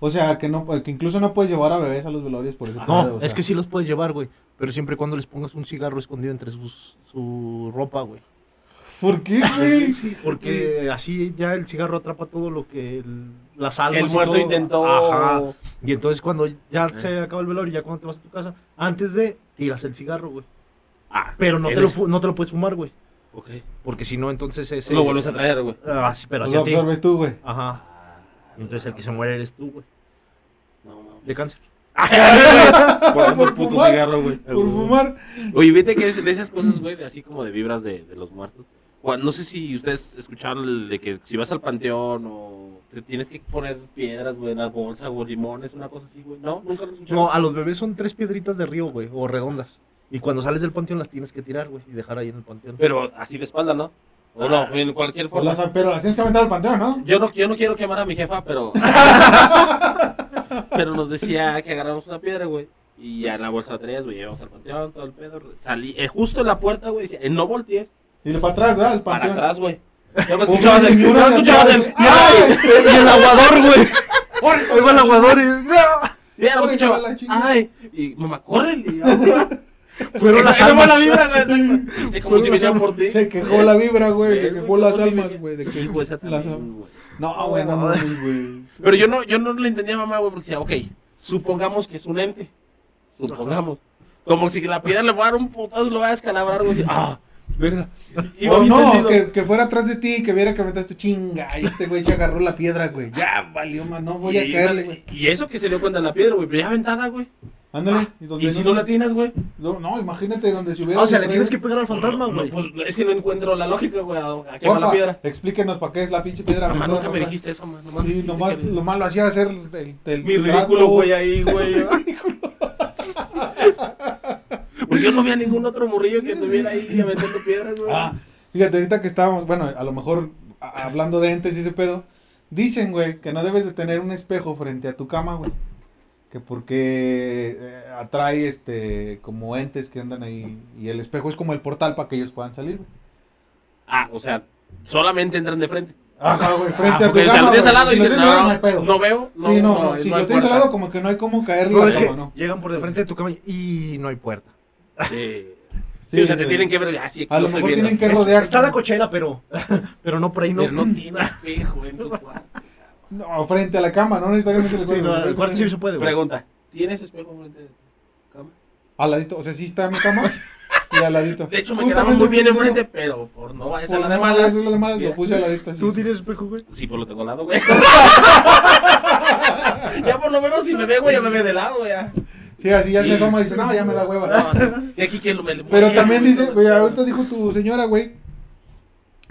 O sea, que no, que incluso no puedes llevar a bebés a los velorios por eso.
No, es que sí los puedes llevar, güey. Pero siempre y cuando les pongas un cigarro escondido entre sus, su ropa, güey.
¿Por qué, güey?
Porque así ya el cigarro atrapa todo lo que el- las almas.
El
y
muerto
todo.
intentó. Eh.
Ajá. Y entonces cuando ya se acaba el velorio, ya cuando te vas a tu casa, antes de tiras el cigarro, güey.
Ah,
Pero no te, lo,
eres-
fu- no te lo puedes fumar, güey.
Ok.
Porque si no, entonces ese.
Lo vuelves a traer, güey.
Ah, sí, pero
Lo
hacia ti.
absorbes Pues tú, güey.
Ajá. Entonces el que se muere eres tú, güey.
No, mames.
De cáncer.
Ah, Guardando el puto
fumar.
cigarro, güey.
Por fumar.
Oye, vete que es de esas cosas, güey, de así como de vibras de, de los muertos. Cuando, no sé si ustedes escucharon el de que si vas al panteón o te tienes que poner piedras, güey, en la bolsa o limones, una cosa así, güey. No, nunca lo escucharon.
No, a los bebés son tres piedritas de río, güey, o redondas. Y cuando sales del panteón las tienes que tirar, güey, y dejar ahí en el panteón.
Pero así de espalda, ¿no? O no, en cualquier
Por
forma.
las, pero las tienes que aventar al panteón, Ah. ¿no?
Yo no, yo no quiero quemar a mi
<laughs>
jefa, pero. pero nos decía que agarramos una piedra, güey. Y ya en la bolsa la tenías, güey. Llegamos al panteón, todo el pedo. Salí, eh, justo en la puerta, güey. Decía, eh, no voltees.
Y para atrás, ¿verdad? Al
Para
panteón. <laughs>
atrás, güey. Luego escuchabas el.
señora
Luego
de
escuchabas
atrás,
el.
güey.
<laughs> ¡Ay!
Y el aguador, güey. Ahí va el aguador
Ya lo
Corre,
escuchaba.
chaval, la chingada.
¡Ay! Y mamá, córrele.
<laughs>
Fueron las
Esa- esa fue la
almas.
vibra, güey. exacto. Viste Este, como
Fueron
si me
las
hicieran
almas.
por ti.
Se quejó la vibra, güey. Se quejó
Güey,
las
¿cómo se me-
almas, güey. de
Sí,
que-
güey, esa
las
también,
almas.
güey.
No, güey, no,
No,
mames, güey.
Pero yo no, yo no le entendía a mamá, güey, porque decía, ok, supongamos que es un ente. Supongamos. Como si la piedra le fuera a dar un putazo, lo va a descalabrar, güey. así, Ah, verga. Y
O
voy
no,
entendiendo.
que, que fuera atrás de ti y que viera que aventaste chinga. y este güey se agarró la piedra, güey. Ya valió, man. No voy a
Y-
caerle, güey.
Y eso que se dio cuenta en la piedra, güey, pero ya aventada, güey.
Ándale. y donde
Ah, Y si no la tienes, güey.
no, no, imagínate donde si hubiera.
O sea, le
distraído.
tienes que pegar al fantasma,
No,
güey.
Pues es que no encuentro la lógica, güey. ¿A a qué va
Porfa,
la piedra?
explíquenos para qué es la pinche piedra.
Mamá,
bendita,
nunca me
¿no?
dijiste eso, man. Nomás
Sí,
dijiste
nomás,
que-
lo más lo hacía hacer el, el
Mi
trato,
ridículo, güey,
<laughs>
ahí, güey. Porque yo no vi a ningún otro morrillo que estuviera ahí aventando piedras, güey.
Ah, fíjate, ahorita que estábamos, bueno, a lo mejor a- hablando de entes y ese pedo, dicen, güey, que no debes de tener un espejo frente a tu cama, güey. Que porque eh, atrae, este, como entes que andan ahí. Y el espejo es como el portal para que ellos puedan salir, güey.
Ah, o sea, solamente entran de frente.
Ajá, güey,
Ah,
frente a tu
porque
cama.
si lo tienes
güey.
al lado
Si
y
lo
dices,
tienes al lado, no hay
no,
pedo.
no veo. No,
sí, no, no, si
hay
lo tienes al
puerta.
lado, como que no hay cómo caerle.
No,
a la
es que
cama, ¿no?
llegan por de frente de tu cama y no hay puerta.
Sí.
Sí,
Sí, o sea, te
güey.
tienen que ver. Ah, sí, aquí
A lo
estoy
mejor
viendo.
tienen que
Es-
rodear.
Está la cochera, pero, <laughs> pero no por ahí no.
Pero no tiene espejo en su cuarto.
No, frente a la cama, no necesariamente el
Sí,
cuarto,
no,
güey.
el cuarto sí se puede, güey.
Pregunta: ¿Tienes espejo frente de tu cama?
Al ladito, o sea, sí está mi cama y al ladito.
<laughs> De hecho, me
Justamente
quedaba muy bien
lo mismo.
enfrente, pero por no vayas a
Por
la de
no
malas.
hacer la de malas, lo
Mira.
puse al ladito así.
¿Tú tienes espejo, güey?
Sí, pues lo tengo al
<laughs>
lado, güey. ya por lo menos si me ve, güey, ya me ve de lado, güey. ya.
Sí, así ya se asoma y dice, no, ya me da hueva.
<laughs> No, sí. Y aquí que lo me
Pero también dice, güey, ahorita dijo tu señora, güey,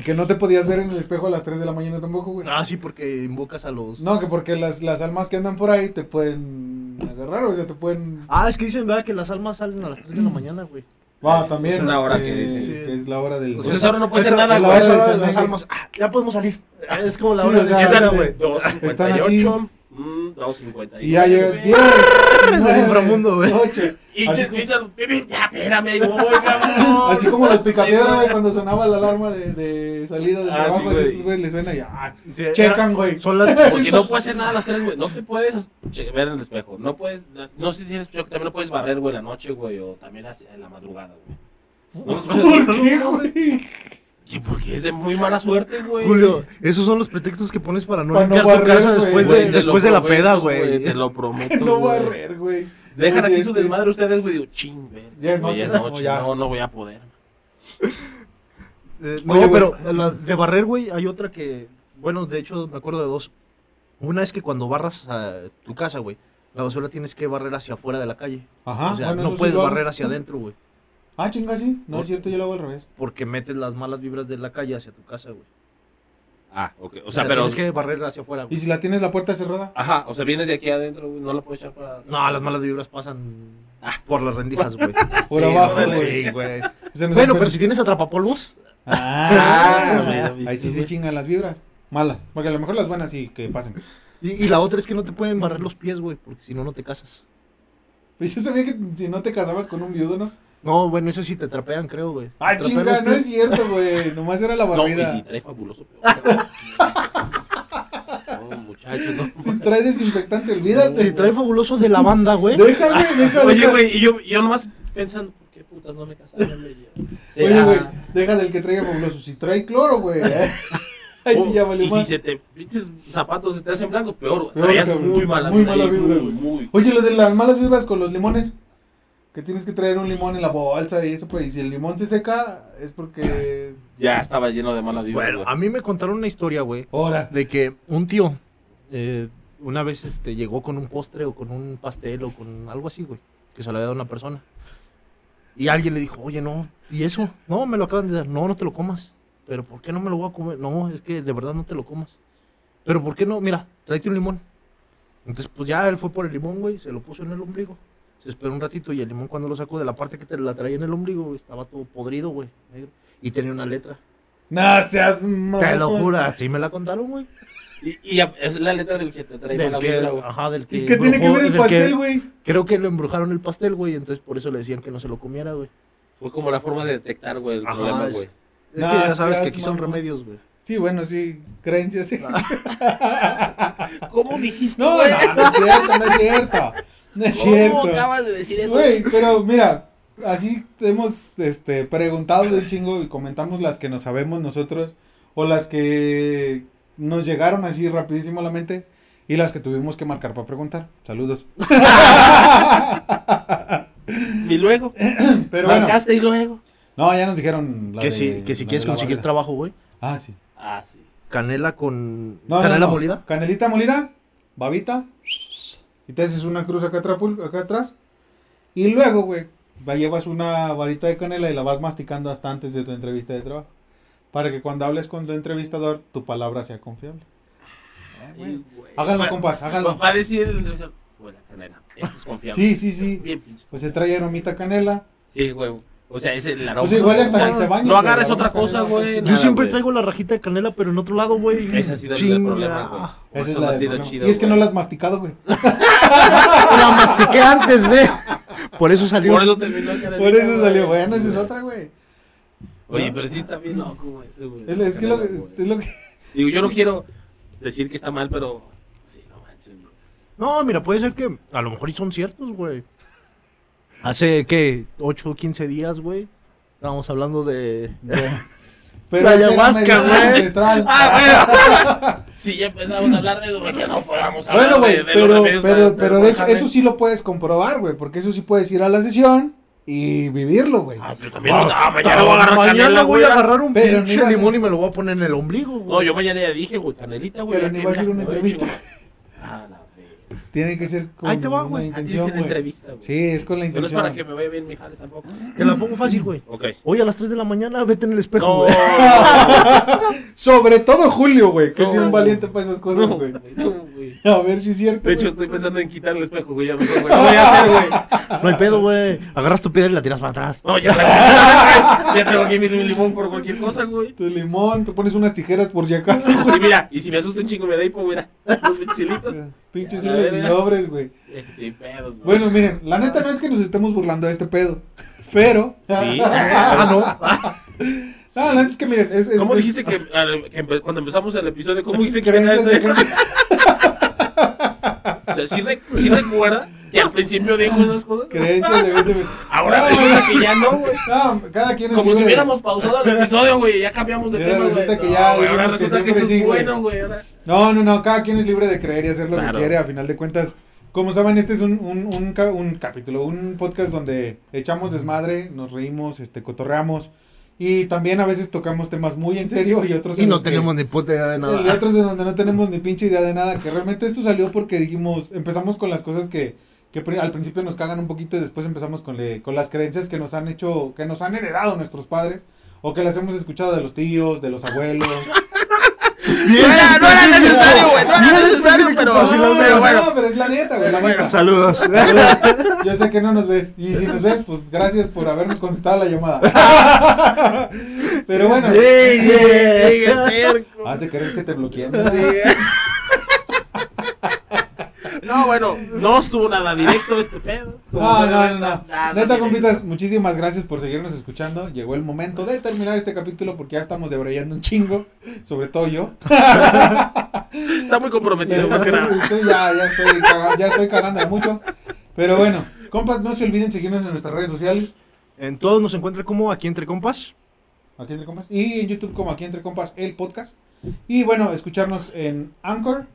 que no te podías ver en el espejo a las 3 de la mañana tampoco, güey.
Ah, sí, porque invocas a los.
No, que porque las, las almas que andan por ahí te pueden agarrar, o sea, te pueden...
Ah, es que dicen, ¿verdad? Que las almas salen a las 3 de la mañana, güey.
Va, también.
es la hora
eh,
que dice.
Sí.
Es la hora del...
Pues esa hora no puede ser
esa-
nada,
la
güey.
hora de
Esa hora
las
del-
almas. Ah, ya podemos salir. Es como la
Sí,
hora
o
de
sea,
las
están-
güey.
están así.
2.58. mm, 2.58.
Y ya llega el 10.
<laughs>
nueve,
inframundo, güey.
ocho.
Y
Así-
Chis- Richard, "Bibi, ya, espérame, ahí voy, cabrón.
Así como los picapiedra, güey,
Sí,
cuando sonaba la alarma de, de salida del
Ah,
trabajo,
sí,
así
güey.
estos güeyes les suena y ah,
Sí, era-
checan, güey.
Son las.
Porque no puedes hacer nada a las tres, güey. No te puedes che- ver en el espejo. No puedes. No sé si tienes espejo. También no puedes barrer, güey, la noche, güey. O también las- en la madrugada, güey. <laughs> No,
¿Por qué, güey?
<laughs> Sí, Porque es de muy mala suerte, güey.
Julio, esos son los pretextos que pones para no
Para no
limpiar tu
barrer,
casa
güey.
después,
Güey,
de,
te lo
después de la
prometo,
peda, güey.
<laughs>
Te lo prometo.
No
güey.
barrer, güey.
Dejan aquí
Oye,
su
este,
desmadre ustedes, güey. Digo, ching, güey.
Ya es
güey,
noche, ¿no? Ya.
No, no voy a poder.
Eh, no,
Oye, güey.
pero la de barrer, güey, hay otra que. Bueno, de hecho, me acuerdo de dos. Una es que cuando barras a tu casa, güey, la basura tienes que barrer hacia afuera de la calle.
Ajá,
o sea,
Ah, bueno, eso
no
sí
puedes
lo hago.
barrer hacia adentro, güey.
Ah, chinga, sí. No es cierto, yo lo hago al revés.
Porque metes las malas vibras de la calle hacia tu casa, güey.
Ah, ok. O sea,
Tienes que barrer hacia afuera,
¿Y
güey.
si la tienes la puerta cerrada?
Ajá, o sea, vienes de aquí adentro, güey. No la puedes echar para.
No, las malas vibras pasan por las rendijas, güey.
<laughs> Por
Sí,
abajo,
no,
güey.
Sí,
<laughs> Se
güey.
nos
Bueno,
acuerda-
pero si tienes atrapapolvos,
Ah,
Ah,
mira,
güey,
ahí sí se
güey.
chingan las vibras. Malas. Porque a lo mejor las buenas sí que pasen. <laughs>
Y, y la otra es que no te pueden barrer los pies, güey, porque si no, no te casas.
Pero Yo sabía que si no te casabas con un viudo, ¿no?
No, bueno, eso sí te trapean, creo, güey.
Ah,
Te trapean
chinga,
los
no
pies. <laughs>
es cierto, güey. Nomás era la
No, güey,
barrida.
sí, trae fabuloso.
<laughs>
pero- No, muchachos, no.
Si trae desinfectante, olvídate.
Si trae fabuloso de la banda, güey.
Deja,
<laughs>
güey, deja.
¿Eh? Oye,
deja.
güey, y yo, yo nomás pensando, ¿por qué putas no me casaron? güey?
Oye,
Será-
güey, deja del que traiga fabuloso. Si trae cloro, güey. ¿eh?
<laughs>
Ahí sí ya
Oh,
valió
Y si
más.
se te pinches zapatos se te hacen blanco, peor, güey.
Peor,
Traías
cabrón,
muy mala
muy
vibra
mala
ahí,
vibra,
muy,
güey.
muy.
Oye, lo de las malas vibras con los limones. Que tienes que traer un limón en la bolsa y eso, pues. Y si el limón se seca, es porque.
Ya estaba lleno de mala vibra,
Bueno,
güey.
a mí me contaron una historia, güey,
Ahora.
de que un tío eh, una vez este, llegó con un postre o con un pastel o con algo así, güey, que se lo había dado a una persona. Y alguien le dijo, oye, no, ¿y eso? No, me lo acaban de dar. No, no te lo comas. ¿Pero por qué no me lo voy a comer? No, es que de verdad no te lo comas. ¿Pero por qué no? Mira, tráete un limón. Entonces, pues ya él fue por el limón, güey, se lo puso en el ombligo. Se esperó un ratito y el limón cuando lo sacó de la parte que te la traía en el ombligo, güey, estaba todo podrido, güey, negro, Y tenía una letra.
No seas mamón.
Te lo juro, así me la contaron, güey.
Y, y a- es la letra del que te trae
Del
mala
que,
vibra, güey.
ajá, del que
¿Y qué tiene que
embrujó-
ver el
del que-
pastel, güey?
Creo que lo embrujaron el pastel, güey, entonces por eso le decían que no se lo comiera, güey.
Fue como la forma de detectar, güey, el
Ajá,
problema,
es-
güey.
Es
No
que ya sabes que
seas
aquí
ah,
son
mamón.
remedios, güey.
Sí, bueno, sí. Creencias.
<laughs>
sí.
¿Cómo dijiste,
No,
güey?
no, no es cierto, no es cierto. No es cierto.
¿Cómo acabas de decir eso?
Güey, pero mira, así te hemos este, preguntado de un chingo y comentamos las que nos sabemos nosotros o las que nos llegaron así rapidísimo a la mente y las que tuvimos que marcar para preguntar. Saludos.
Y luego,
Pero Eh, bueno,
marcaste y luego.
no, ya nos dijeron la
Que
de-
si, que si
la
quieres
de la
conseguir
barrida.
trabajo, güey,
Ah, sí.
Ah, sí.
canela con...
No, no,
canela
no.
molida.
Canelita molida, babita. Y te haces una cruz acá, atrapul- acá atrás Y luego, güey, va- llevas una varita de canela y la vas masticando hasta antes de tu entrevista de trabajo. Para que cuando hables con tu entrevistador, tu palabra sea confiable. Eh, güey.
Ay, güey.
Hágalo,
Pa-
compas, hágalo.
pa- Va a decir el entrevistador, güey, la canela. Esto es confiable.
Sí, sí, sí.
Bien, pinche.
Pues se trae aromita canela.
Sí, güey. O sea, es el aroma.
Pues igual
O sea,
hasta que te bañes.
no agarres
güey,
otra
aroma
cosa,
canela,
güey.
Yo
Nada,
siempre
güey.
traigo la rajita de canela, pero en otro lado, güey.
<laughs> Esa sí da el
Chinga.
problema, güey.
Esa es
Esto
la del
latido
problema.
chido,
Y es que no
güey.
la has masticado, güey.
<laughs> La mastiqué antes,
<laughs>
eh. Por eso salió.
Por eso terminó Carolina,
Por eso salió,
güey.
bueno, esa es otra, güey.
Oye, pero sí está bien loco, güey. ese, güey.
Es, es que lo,
Canela, güey.
es
<laughs>
lo que... <laughs>
Digo, yo no quiero decir que está mal, pero. Sí, no manches.
<laughs>
güey.
No, mira, puede ser que a lo mejor y son ciertos, güey. Hace, ¿qué? 8 o 15 días, güey. Estábamos hablando de...
Pero
La
esa era
ayahuasca,
medicina
güey. Ah,
ancestral.
Si ya empezamos a hablar de eso, güey, que no podamos hablar
Ah, Bueno, güey,
de, de
pero,
los remedios
pero,
para-
pero
para
de eso,
bajarle.
eso sí lo puedes comprobar, güey, porque eso sí puedes ir a la sesión y vivirlo, güey.
Ah, pero también.
pues,
Ah, mañana voy a agarrar
Mañana
canela,
voy a agarrar un
Pero
pinche
ni vas a-
limón y me lo voy a poner en el ombligo,
No,
güey.
yo mañana ya dije, güey, canelita, güey.
Pero
ya
ni
que
vas a ir a
mira,
una
güey,
entrevista.
chico. Ah, la verga.
<laughs> Tiene que ser con
Ahí te va,
una
güey.
Ah, tienes
intención,
una
güey.
entrevista, güey.
Sí, es con la
Pero no es
intención.
para que me vaya bien mi jale
<laughs>
tampoco.
Te la pongo fácil, güey.
Ok.
Hoy a las 3 de la mañana, vete en el espejo,
No, <laughs>
güey.
Sobre todo Julio, güey, que es
No.
un valiente para esas cosas,
no,
güey. <laughs>
güey, no, güey.
A ver si es cierto.
De hecho,
güey.
estoy pensando en quitar el espejo, güey. Ya mejor, güey. No voy a hacer, güey.
<laughs> No hay pedo, güey. Agarras tu piedra y la tiras para atrás.
No, ya traigo, <laughs> ya traigo aquí mi limón por cualquier cosa, güey.
tu limón, te pones unas tijeras por si
<laughs>
acaso. <laughs>
Y mira, y si me asusta un chingo me da hipo, güey. Dos pichilitos.
Pinches
Ya,
hilos
ya,
y
ya.
sobres, güey.
Sin pedos, güey.
Bueno, miren, la neta no es que nos estemos burlando de este pedo, <laughs> pero... <laughs>
Sí.
Ah,
No, la neta es que miren, es... es-
¿Cómo
es-
dijiste que, al- que empe- cuando empezamos el episodio, cómo dijiste que era
creencias de
este?
gente-
O sea, ¿sí, re- sí recuerda que al principio dijo esas cosas?
Creencias de gente-
Ahora resulta que ya no, güey.
No, cada quien es
Como si
libre.
hubiéramos pausado el episodio, güey, ya cambiamos de
Mira,
tema,
resulta
güey.
que
No,
ya
güey, ahora
dijimos que
resulta que esto
siempre
es
sí, güey.
bueno, güey. ahora-
No, no, no, cada quien es libre de creer y hacer lo
Claro.
que quiere. A final de cuentas, como saben, este es un, un, un ca- un capítulo, un podcast donde echamos desmadre, nos reímos, este, cotorreamos. Y también a veces tocamos temas muy en serio y otros
no. Y
en
no
los que-
tenemos ni puta idea de <laughs>
Y
nada.
otros de donde no tenemos ni pinche idea de nada. Que realmente esto salió porque dijimos, empezamos con las cosas que, que pri- al principio nos cagan un poquito y después empezamos con, le- con las creencias que nos han hecho, que nos han heredado nuestros padres. O que las hemos escuchado de los tíos, de los abuelos.
Bien,
No era, no era
específico.
necesario, güey. No
Bien
era necesario,
específico,
pero.
pa' si lo
pero
veo.
bueno.
No, pero es la neta, güey. La neta.
Saludos.
Yo sé que no nos ves. Y si nos ves, pues gracias por habernos contestado la llamada. <laughs> Pero bueno.
Sí, yeah.
Sigue terco.
Has de querer que te bloqueen.
No, bueno, no estuvo nada directo este pedo.
No, no, no, no. Neta, compitas, muchísimas gracias por seguirnos escuchando. Llegó el momento de terminar este capítulo porque ya estamos debrayando un chingo. Sobre todo
<laughs>
yo.
Está muy comprometido, más
<laughs>
que nada.
Estoy- ya, ya estoy, caga- ya estoy cagándola mucho. Pero bueno, compas, no se olviden seguirnos en nuestras redes sociales.
En todos nos encuentra como aquí entre compas.
Aquí entre compas. Y en YouTube como aquí entre compas el podcast. Y bueno, escucharnos en Anchor,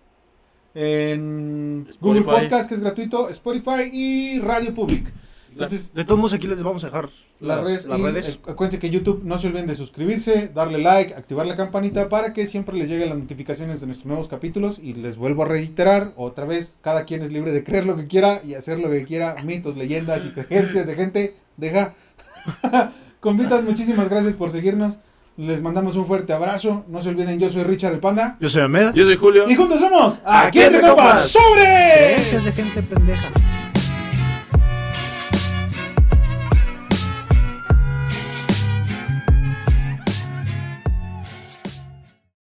en Google
Spotify.
Podcast que es gratuito, Spotify y Radio Public. Entonces,
De todos modos aquí les vamos a dejar
las, redes,
las
y,
redes.
eh, acuérdense que YouTube no se olviden de suscribirse, darle like, activar la campanita para que siempre les lleguen las notificaciones de nuestros nuevos capítulos y les vuelvo a reiterar otra vez, cada quien es libre de creer lo que quiera y hacer lo que quiera, mitos, leyendas y creencias de gente, deja. <laughs> Convitas, muchísimas gracias por seguirnos. Les mandamos un fuerte abrazo. No se olviden, yo soy Richard el Panda.
Yo soy Ahmed.
Yo soy Julio.
Y juntos somos
Aquí
Aquí entre
entre
Copas
Compas.
sobre.
de gente pendeja.